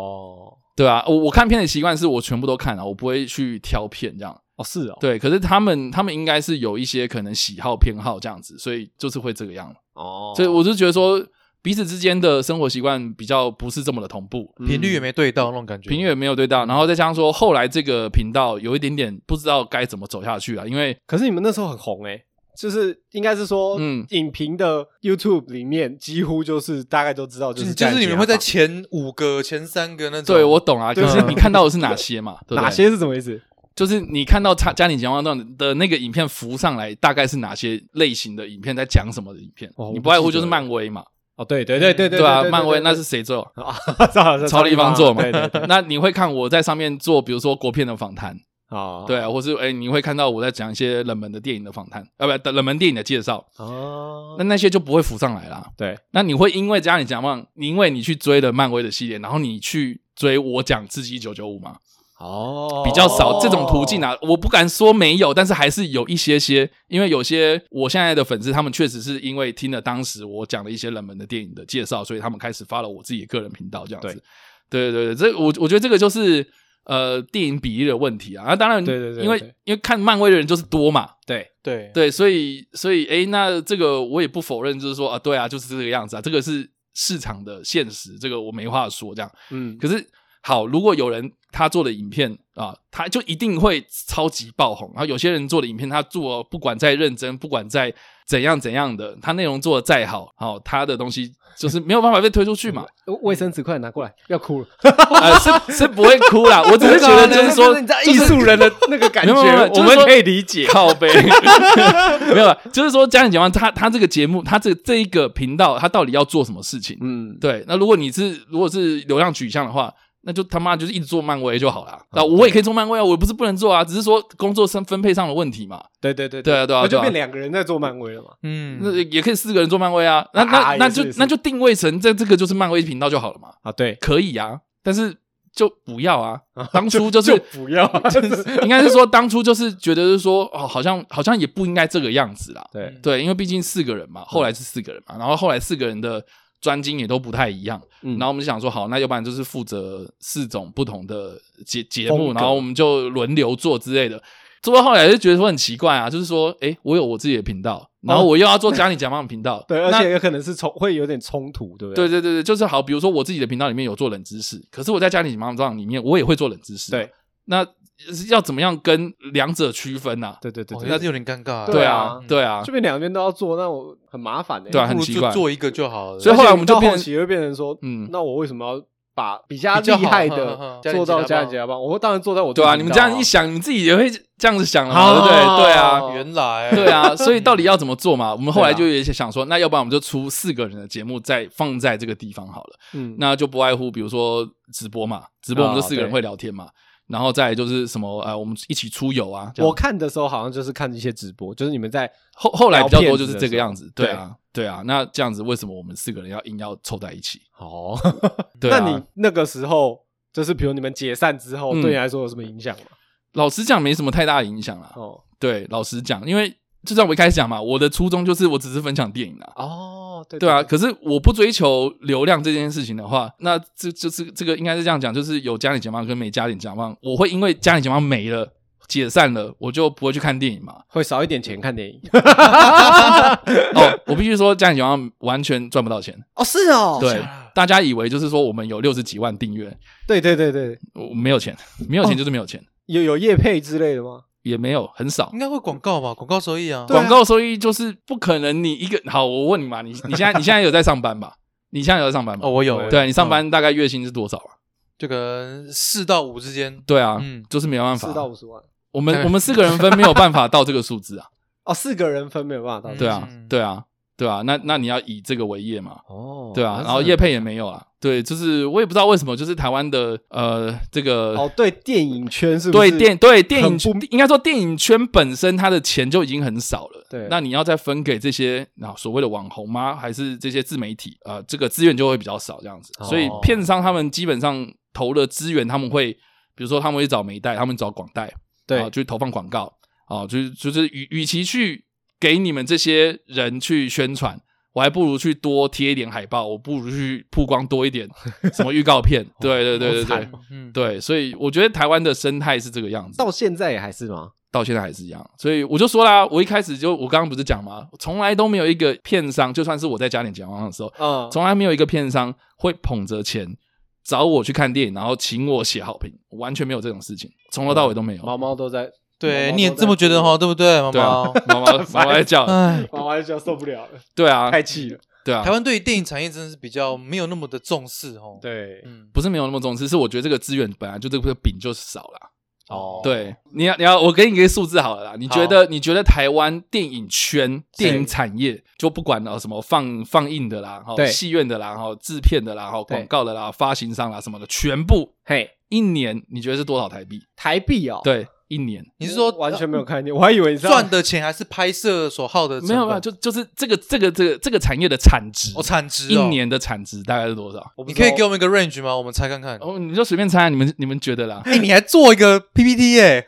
哦对啊，我我看片的习惯是我全部都看啊，我不会去挑片这样。哦是哦，对，可是他们他们应该是有一些可能喜好偏好这样子，所以就是会这个样。哦，所以我就觉得说，彼此之间的生活习惯比较不是这么的同步，嗯频嗯率也没对到那种感觉，频率也没有对到，然后再加上说后来这个频道有一点点不知道该怎么走下去啊，因为可是你们那时候很红哎、就是应该是说，嗯嗯，影评的 YouTube 里面几乎就是大概都知道，就嗯就是就是你们会加在减前五个、前三个那种。对我懂啊，对就是你看到的是哪些 嘛，对压棒不哪对？些是什么意思？就是你看到他家里讲话段的那个影片浮上来，大概是哪些类型的影片在讲什么的影片？哦我不你不外乎就记得是漫威嘛，哦，对对对对对吧、啊漫威那是谁做？ 啊，超超立方做嘛对对对， 那你会看我在上面做，比如说国片的访谈，哦， 对啊，或是哎、你会看到我在讲一些冷门的电影的访谈，啊，不，冷门电影的介绍，哦那，那些就不会浮上来啦。对，那你会因为家里讲漫，因为你去追了漫威的系列，然后你去追我讲刺激九九五嘛，哦，比较少这种途径啊。我不敢说没有，但是还是有一些些，因为有些我现在的粉丝，他们确实是因为听了当时我讲的一些冷门的电影的介绍，所以他们开始发了我自己的个人频道这样子。对对对，这我我觉得这个就是呃电影比例的问题啊。啊，当然，对对对因为对因为看漫威的人就是多嘛，对，对对，所以所以诶，那这个我也不否认，就是说啊，对啊，就是这个样子啊，这个是市场的现实，这个我没话说这样。嗯，可是好，如果有人他做的影片啊，他就一定会超级爆红。然后有些人做的影片，他做不管再认真，不管再怎样怎样的，他内容做的再好，好、他的东西就是没有办法被推出去嘛。卫生纸快拿过来，要哭了。呃，是是不会哭啦，我只是觉得就 是说， 你知道就艺是术人的那个感觉，没有没有没有我就是们说可以理解。靠背，没有，啦，就是说家庭解放，他他这个节目，他这这一个频道，他到底要做什么事情？嗯，对，那如果你是如果是流量取向的话，那就他妈就是一直做漫威就好啦。那我也可以做漫威啊，我也不是不能做啊，只是说工作分分配上的问题嘛。对对对对啊对啊那就对啊变两个人在做漫威了嘛。嗯，那也可以四个人做漫威啊，那啊那也那是就也是那就定位成这这个就是漫威频道就好了嘛，啊，对，可以啊，但是就不要啊，当初 就是不要，就是应该是说当初就是觉得是说哦，好像好像也不应该这个样子啦。对，对，因为毕竟四个人嘛，后来是四个人嘛，然后后来四个人的专精也都不太一样，嗯然后我们就想说，好，那要不然就是负责四种不同的节节目，风格然后我们就轮流做之类的。做到后来就觉得说很奇怪啊，就是说，诶，我有我自己的频道，然后我又要做家里讲棒的频道，哦 对，那而且有可能是冲，会有点冲突，对不对对？对对对，就是好，比如说我自己的频道里面有做冷知识，可是我在家里讲棒里面我也会做冷知识，对，那要怎么样跟两者区分呢、啊？对对对哦对那对，就有点尴尬。嗯对对啊啊，对啊，这边两边都要做，那我很麻烦的。欸对啊不如很奇怪就做一个就好了。所以后来我们就而且你到后变期会变成说，嗯嗯，那我为什么要把比较比较厉好害哼哼的哼家里做到吉家他棒里解压棒，我当然做到我自对己啊，知你们道这样一想，你自己也会这样子想了嘛，哦对不对？对啊，哦原来对， 啊，所以 到底要怎么做嘛？我们后啊来就也想说，那要不然我们就出四个人的节目，再放在这个地方好了。嗯，那就不外乎比如说直播嘛，直播我们就四个哦人对会聊天嘛，然后再来就是什么呃，我们一起出游啊。这样我看的时候好像就是看一些直播，就是你们在后后来比较多聊就片是子这个样子，的对时候啊，对啊。那这样子为什么我们四个人要硬要凑在一起？哦，对啊 那你那个时候就是比如你们解散之后，嗯对你来说有什么影响吗？老实讲没什么太大的影响啦。哦对，老实讲，因为就像我一开始讲嘛，我的初衷就是我只是分享电影啊。哦，对对啊，可是我不追求流量这件事情的话，那这就是这个应该是这样讲，就是有加点解放跟没加点解放，我会因为加点解放没了。解散了，我就不会去看电 影嘛。会少一点钱看电影哦，我必须说，加点解放完全赚不到钱。 哦，是哦对，大家以为就是说我们有六十几万订阅，对对对对，我没有钱，没有钱就是没有钱，哦有有业配之类的吗？也没有很少应。该会广告吧？广告收益啊，对啊广告收益就是不可能，你一个好，我问你嘛，你你现在你现在有在上班吧？你现在有在上嗯班吗哦，？我有欸，啊对啊你上班大概月薪是多少啊？这个四到五之间，对啊，嗯就是没有办法四，到五十万我 们对我们四个人分没有办法到这个数字啊，哦，四个人分没有办法到嗯这对个，啊，对啊，对啊，那那你要以这个为业嘛，哦对啊，然后业配也没有啊，对，就是我也不知道为什么，就是台湾的呃这个哦，对电影圈是不对是电对电影很不应该说电影圈本身它的钱就已经很少了，对那你要再分给这些啊所谓的网红吗？还是这些自媒体啊、呃这个资源就会比较少这样子，所以哦片商他们基本上投了资源，他们会比如说他们会找媒代，他们找广代，啊，对去投放广告啊，就是就是与与其去给你们这些人去宣传，我还不如去多贴一点海报，我不如去曝光多一点什么预 告片，对对对对好对惨哦嗯，对，所以我觉得台湾的生态是这个样子，到现在也还是吗？到现在还是一样，所以我就说啦，我一开始就我刚刚不是讲吗，从来都没有一个片商，就算是我在加点讲网的时候，嗯，从来没有一个片商会捧着钱。找我去看电影，然后请我写好评，完全没有这种事情，从头到尾都没有。哦毛毛都在，对，毛毛你也都这么在觉得哦哈，对不对，毛对嗯啊毛？，毛 毛毛毛在叫，哎，毛毛就受不了了，对啊，太气了，对啊台，湾对于电影产业真的是比较没有那么的重视哦。，对，嗯，不是没有那么重视，是我觉得这个资源本来就这个饼就少了。哦，对，你要你要，我给你一个数字好了啦。你觉得你觉得台湾电影圈电影产业就不管哦什么放放映的啦，哈、对戏院的啦，哈、制片的啦，哈、对广告的啦，发行商啦什么的，全部嘿，一年你觉得是多少台币？台币哦，，对，一年你是说完全没有概念，我还以为你是要赚的钱还是拍摄所耗的成没有本没有，就就是这个这个这个这个产业的产值，哦产值一哦，年的产值大概是多少？我不你知道可以给我们一个 range 吗？我们猜看看。？哦，你就随便猜，你们你们觉得啦哎，你还做一个 PPT 耶？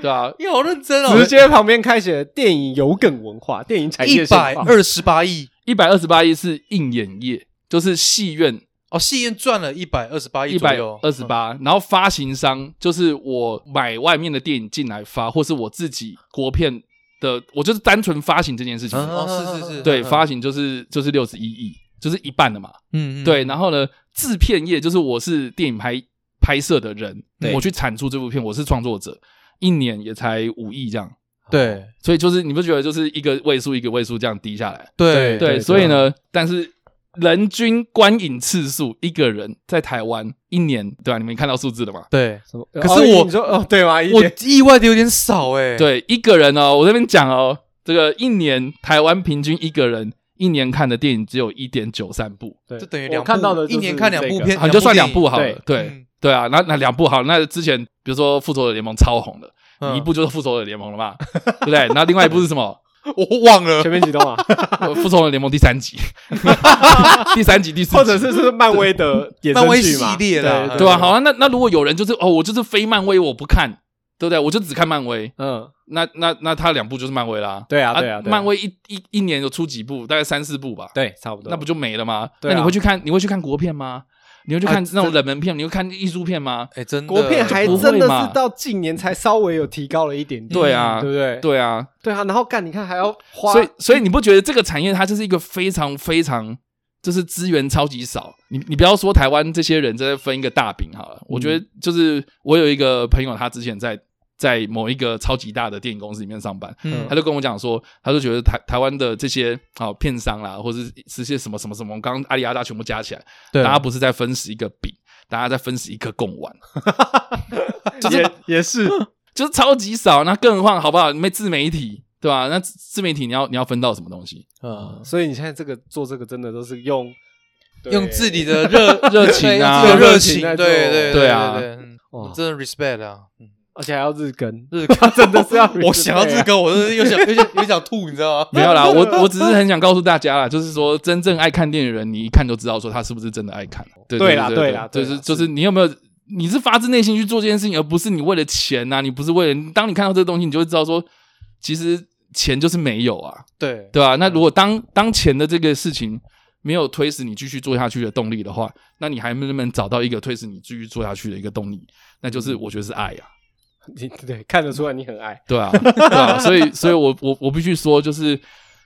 对啊， 你好认真哦直接旁边开写电影有梗文化，电影产业一现百况二十八亿一百二十八亿是映演业，就是戏院哦，戏院赚了一百二十八亿一左百右，嗯二十八，然后发行商就是我买外面的电影进来发，或是我自己国片的，我就是单纯发行这件事情。嗯。哦，是是是，对，嗯发，行就是就是六十一亿，就是一半了嘛。嗯嗯，对，然后呢，制片业就是我是电影拍拍摄的人对，我去产出这部片，我是创作者，一年也才五亿这样。对所以就是你不觉得就是一个位数一个位数这样低下来？对对，对所以呢，但是人均观影次数，一个人在台湾一年，对吧、啊你们看到数字了吗？对，什么？可是哦我你说哦，对吗？一我点意外的有点少哎。，对，一个人哦，我这边讲哦，这个一年台湾平均一个人一年看的电影只有一点九三部，对这等于我两看部到的一就是年看两这部个片啊，你就算电两影部好了，对嗯对啊，那那两部好，那之前比如说《复仇者联盟》超红的，嗯你一部就是《复仇者联盟》了嘛，对不对？然后另外一部是什么？我忘了前，面几栋啊，呃《复仇者联盟》第三集，第三集第四 集，或者是是漫威的衍漫威生剧系嘛？列啦，嗯对 对啊，好啊，那那如果有人就是哦，我就是非漫威，我不看，对不对？我就只看漫威，嗯，那那那他两部就是漫威啦。对啊对啊对啊漫威一一一年有出几部，大概三四部吧，对，差不多。那不就没了吗？对啊那你会去看？你会去看国片吗？你会去看啊那种冷门片？你会看艺术片吗？哎，真的国片还不会真的嘛是到近年才稍微有提高了一点点，对啊，对不对？对啊，对啊，然后干，你看还要花，所以所以你不觉得这个产业它就是一个非常非常就是资源超级少？你你不要说嗯台湾这些人在分一个大饼好了，我觉得就是我有一个朋友，他之前在在某一个超级大的电影公司里面上班，嗯他就跟我讲说，他就觉得台台湾的这些啊片商啦，或者是些什么什么什么，刚刚阿里阿达全部加起来，对大家不是在分食一个饼，大家在分食一颗贡丸，也也是，就是超级少。那更何况好不好？你们自媒体对吧？那自自媒体你要你要分到什么东西？嗯，所以你现在这个做这个真的都是用用自己的热热情啊对用自己的热热情情，在对做对对对啊对嗯哇真的 respect 啊，嗯而且还要日更，日更 真的是要我想到这 respect 啊个，我真的又想又想又想吐，你知道吗？ 没 有啦，我我只是很想告诉大家啦，就是说真正爱看电影的人，你一看就知道说他是不是真的爱看。对对对啦对对啦就对是啦就是你有没有？你是发自内心去做这件事情，而不是你为了钱啊呐、你不是为了。当你看到这个东西，你就会知道说，其实钱就是没有啊。对对吧、嗯那如果当当前的这个事情没有推使你继续做下去的动力的话，那你还能不能找到一个推使你继续做下去的一个动力？那就是嗯我觉得是爱啊呀、你对看得出来你很爱，对啊，对啊，所以，所以我我我必须说，就是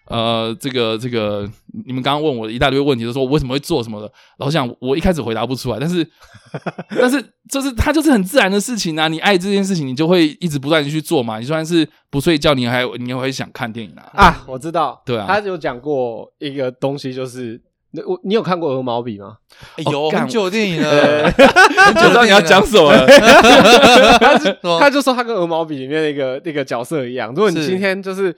呃，这个这个，你们刚刚问我一大堆问题，就说我为什么会做什么的，老实讲，我一开始回答不出来，但是 但是就是它就是很自然的事情啊，你爱这件事情，你就会一直不断的去做嘛，你就算是不睡觉，你还你也会想看电影啊，啊，我知道，对啊他有讲过一个东西，就是那我你有看过鹅毛笔吗？哎有干很久的电影了， 很久我的知道你电影了啊要讲什么 了。他是他就说他跟鹅毛笔里面那个那个角色一样，如果你是今天就是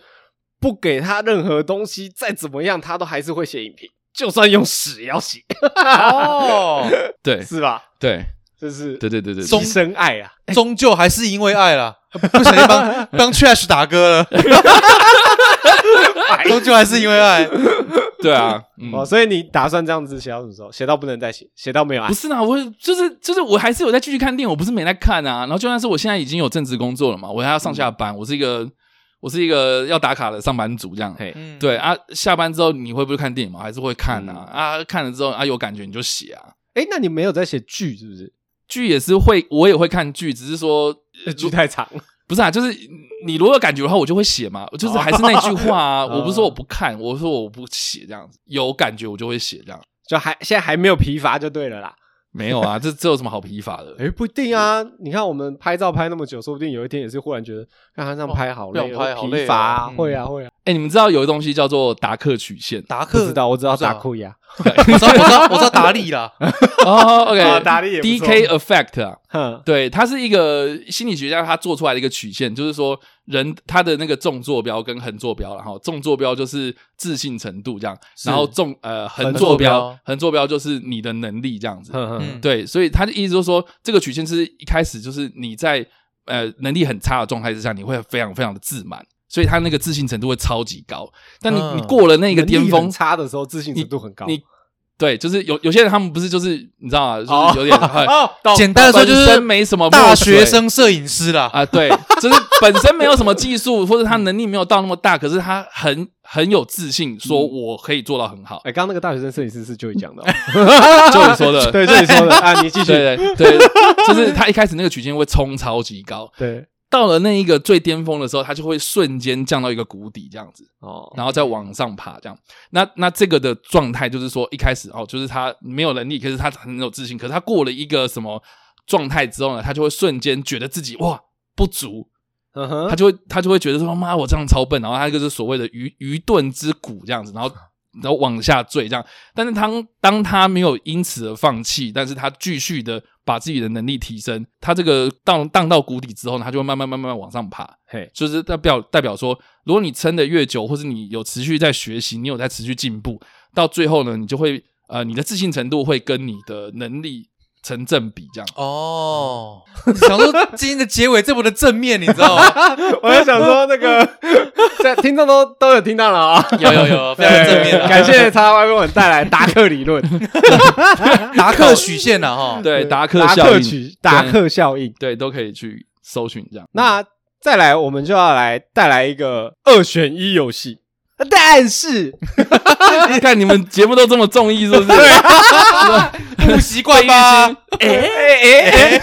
不给他任何东西，再怎么样他都还是会写影评，就算用屎也要写，哦，对是吧？对就是对对对对，中极深爱啊，终究还是因为爱啦，不小心帮帮 Trash 打歌了， 嗯终究还是因为爱。对啊，嗯，哦，所以你打算这样子写到什么时候？写到不能再写，写到没有爱不，是啦，我就是就是我还是有在继续看电影，我不是没在看啊。然后就算是我现在已经有正职工作了嘛，我还要上下班，我是一个我是一个要打卡的上班族这样。嘿，嗯，对啊，下班之后你会不会看电影嘛？还是会看啊？啊，看了之后啊有感觉你就写啊。哎，那你没有在写剧是不是？剧也是会，我也会看剧，只是说剧太长了，不是啊，就是你如果有感觉的话，我就会写嘛。就是还是那句话啊，哦我不是说我不看，我说我不写这样子，有感觉我就会写这样。就还现在还没有疲乏就对了啦。没有啊，这 这有什么好疲乏的？哎，不一定啊！你看我们拍照拍那么久，说不定有一天也是忽然觉得，看他这样拍好累不哦，想拍好累疲乏啊，哦嗯会啊会啊。哎、你们知道有一个东西叫做达克曲线？达克不知道，我知道不知道达库亚， 我知道，我知道，我知道达利 啦。哦，OK，啊达利也不错 DK effect 啊，哼，对，它是一个心理学家他做出来的一个曲线，就是说人他的那个纵坐标跟横坐标啦，然后纵坐标就是自信程度这样，然后纵呃横横坐坐标标横坐标就是你的能力这样子，哼哼嗯，对，所以他的意思就是说，这个曲线是一开始就是你在呃能力很差的状态之下，你会非常非常的自满，所以他那个自信程度会超级高，但你、嗯你过了那个巅能力峰很，差的时候，自信程度很高。你对，就是有有些人他们不是就是你知道啊，就是有点、很哦，懂简单的说就本身是没什么大墨水学生摄影师啦。啊，对，就是本身没有什么技术或者他能力没有到那么大，可是他很很有自信，嗯说我可以做到很好。哎哎，刚刚那个大学生摄影师是就你讲的哦，就你说的， 对，就你说的啊，你继续，对对对，就是他一开始那个曲线会冲超级高，对，到了那一个最巅峰的时候，他就会瞬间降到一个谷底这样子，哦，然后再往上爬这样。那那这个的状态就是说，一开始哦，就是他没有能力，可是他很有自信，可是他过了一个什么状态之后呢，他就会瞬间觉得自己哇不足，嗯哼他就会他就会觉得说妈我这样超笨，然后他就是所谓的愚愚钝之谷这样子，然后然后往下坠这样。但是当当他没有因此而放弃，但是他继续的把自己的能力提升，他这个荡荡到谷底之后呢，他就会慢慢慢慢往上爬。嘿，就是代表代表说，如果你撑得越久，或是你有持续在学习，你有在持续进步，到最后呢，你就会呃，你的自信程度会跟你的能力成正比，这样。哦，想说今天的结尾这么的正面，你知道吗？我在想说那个，在听众都都有听到了啊， 有有 有，非常正面对啊。感谢 X Y 为我们带来达克理论，达克曲线呐，哈，对，达克达效克应，曲达克效应。对，都可以去搜寻这样。那再来，我们就要来带来一个二选一游戏，但是看你们节目都这么中意，是 不是？不习惯吧？ 哎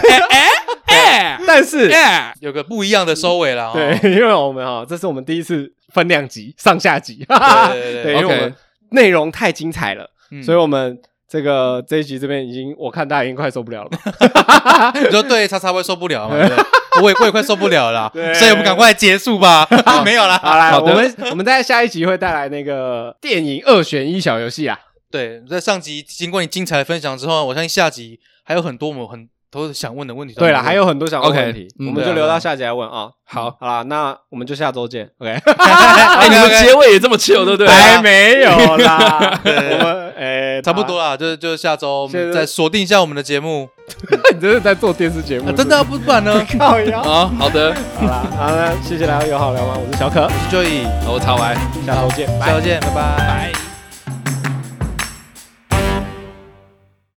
哎但是哎，有个不一样的收尾啦。哈对，因为我们哈，这是我们第一次分两集，上下集，对对对对，因为我们 OK 内容太精彩了，嗯所以我们这个 这一集这边已经，我看大家已经快受不了了嘛， 你说对，叉叉会受不了嘛？对不对我也我也快受不了了对啦，所以我们赶快结束 吧。没有啦，好啦，好的我们我们在下一集会带来那个电影二选一小游戏啊。对，在上集经过你精彩的分享之后，我相信下集还有很多我们很多想问的问题。对了，还有很多想问的嗯 OK，问题，嗯我们对就啊留到下集来问啊。好，好啦，那我们就下周见。OK，哎，你们 OK，OK 结尾也这么 chill，对不对？还没有 啦，对我们哎， 差不多啦，就是就是下周我现们在再锁定一下我们的节目。好。 你这是在做电视节目啊，真的啊、不不然呢？是不是靠腰。啊，好的，好啦，好啦，谢谢大家有好聊吗？我是小可，我是 Joy，e 我查完。下周见，拜下。周见，拜拜。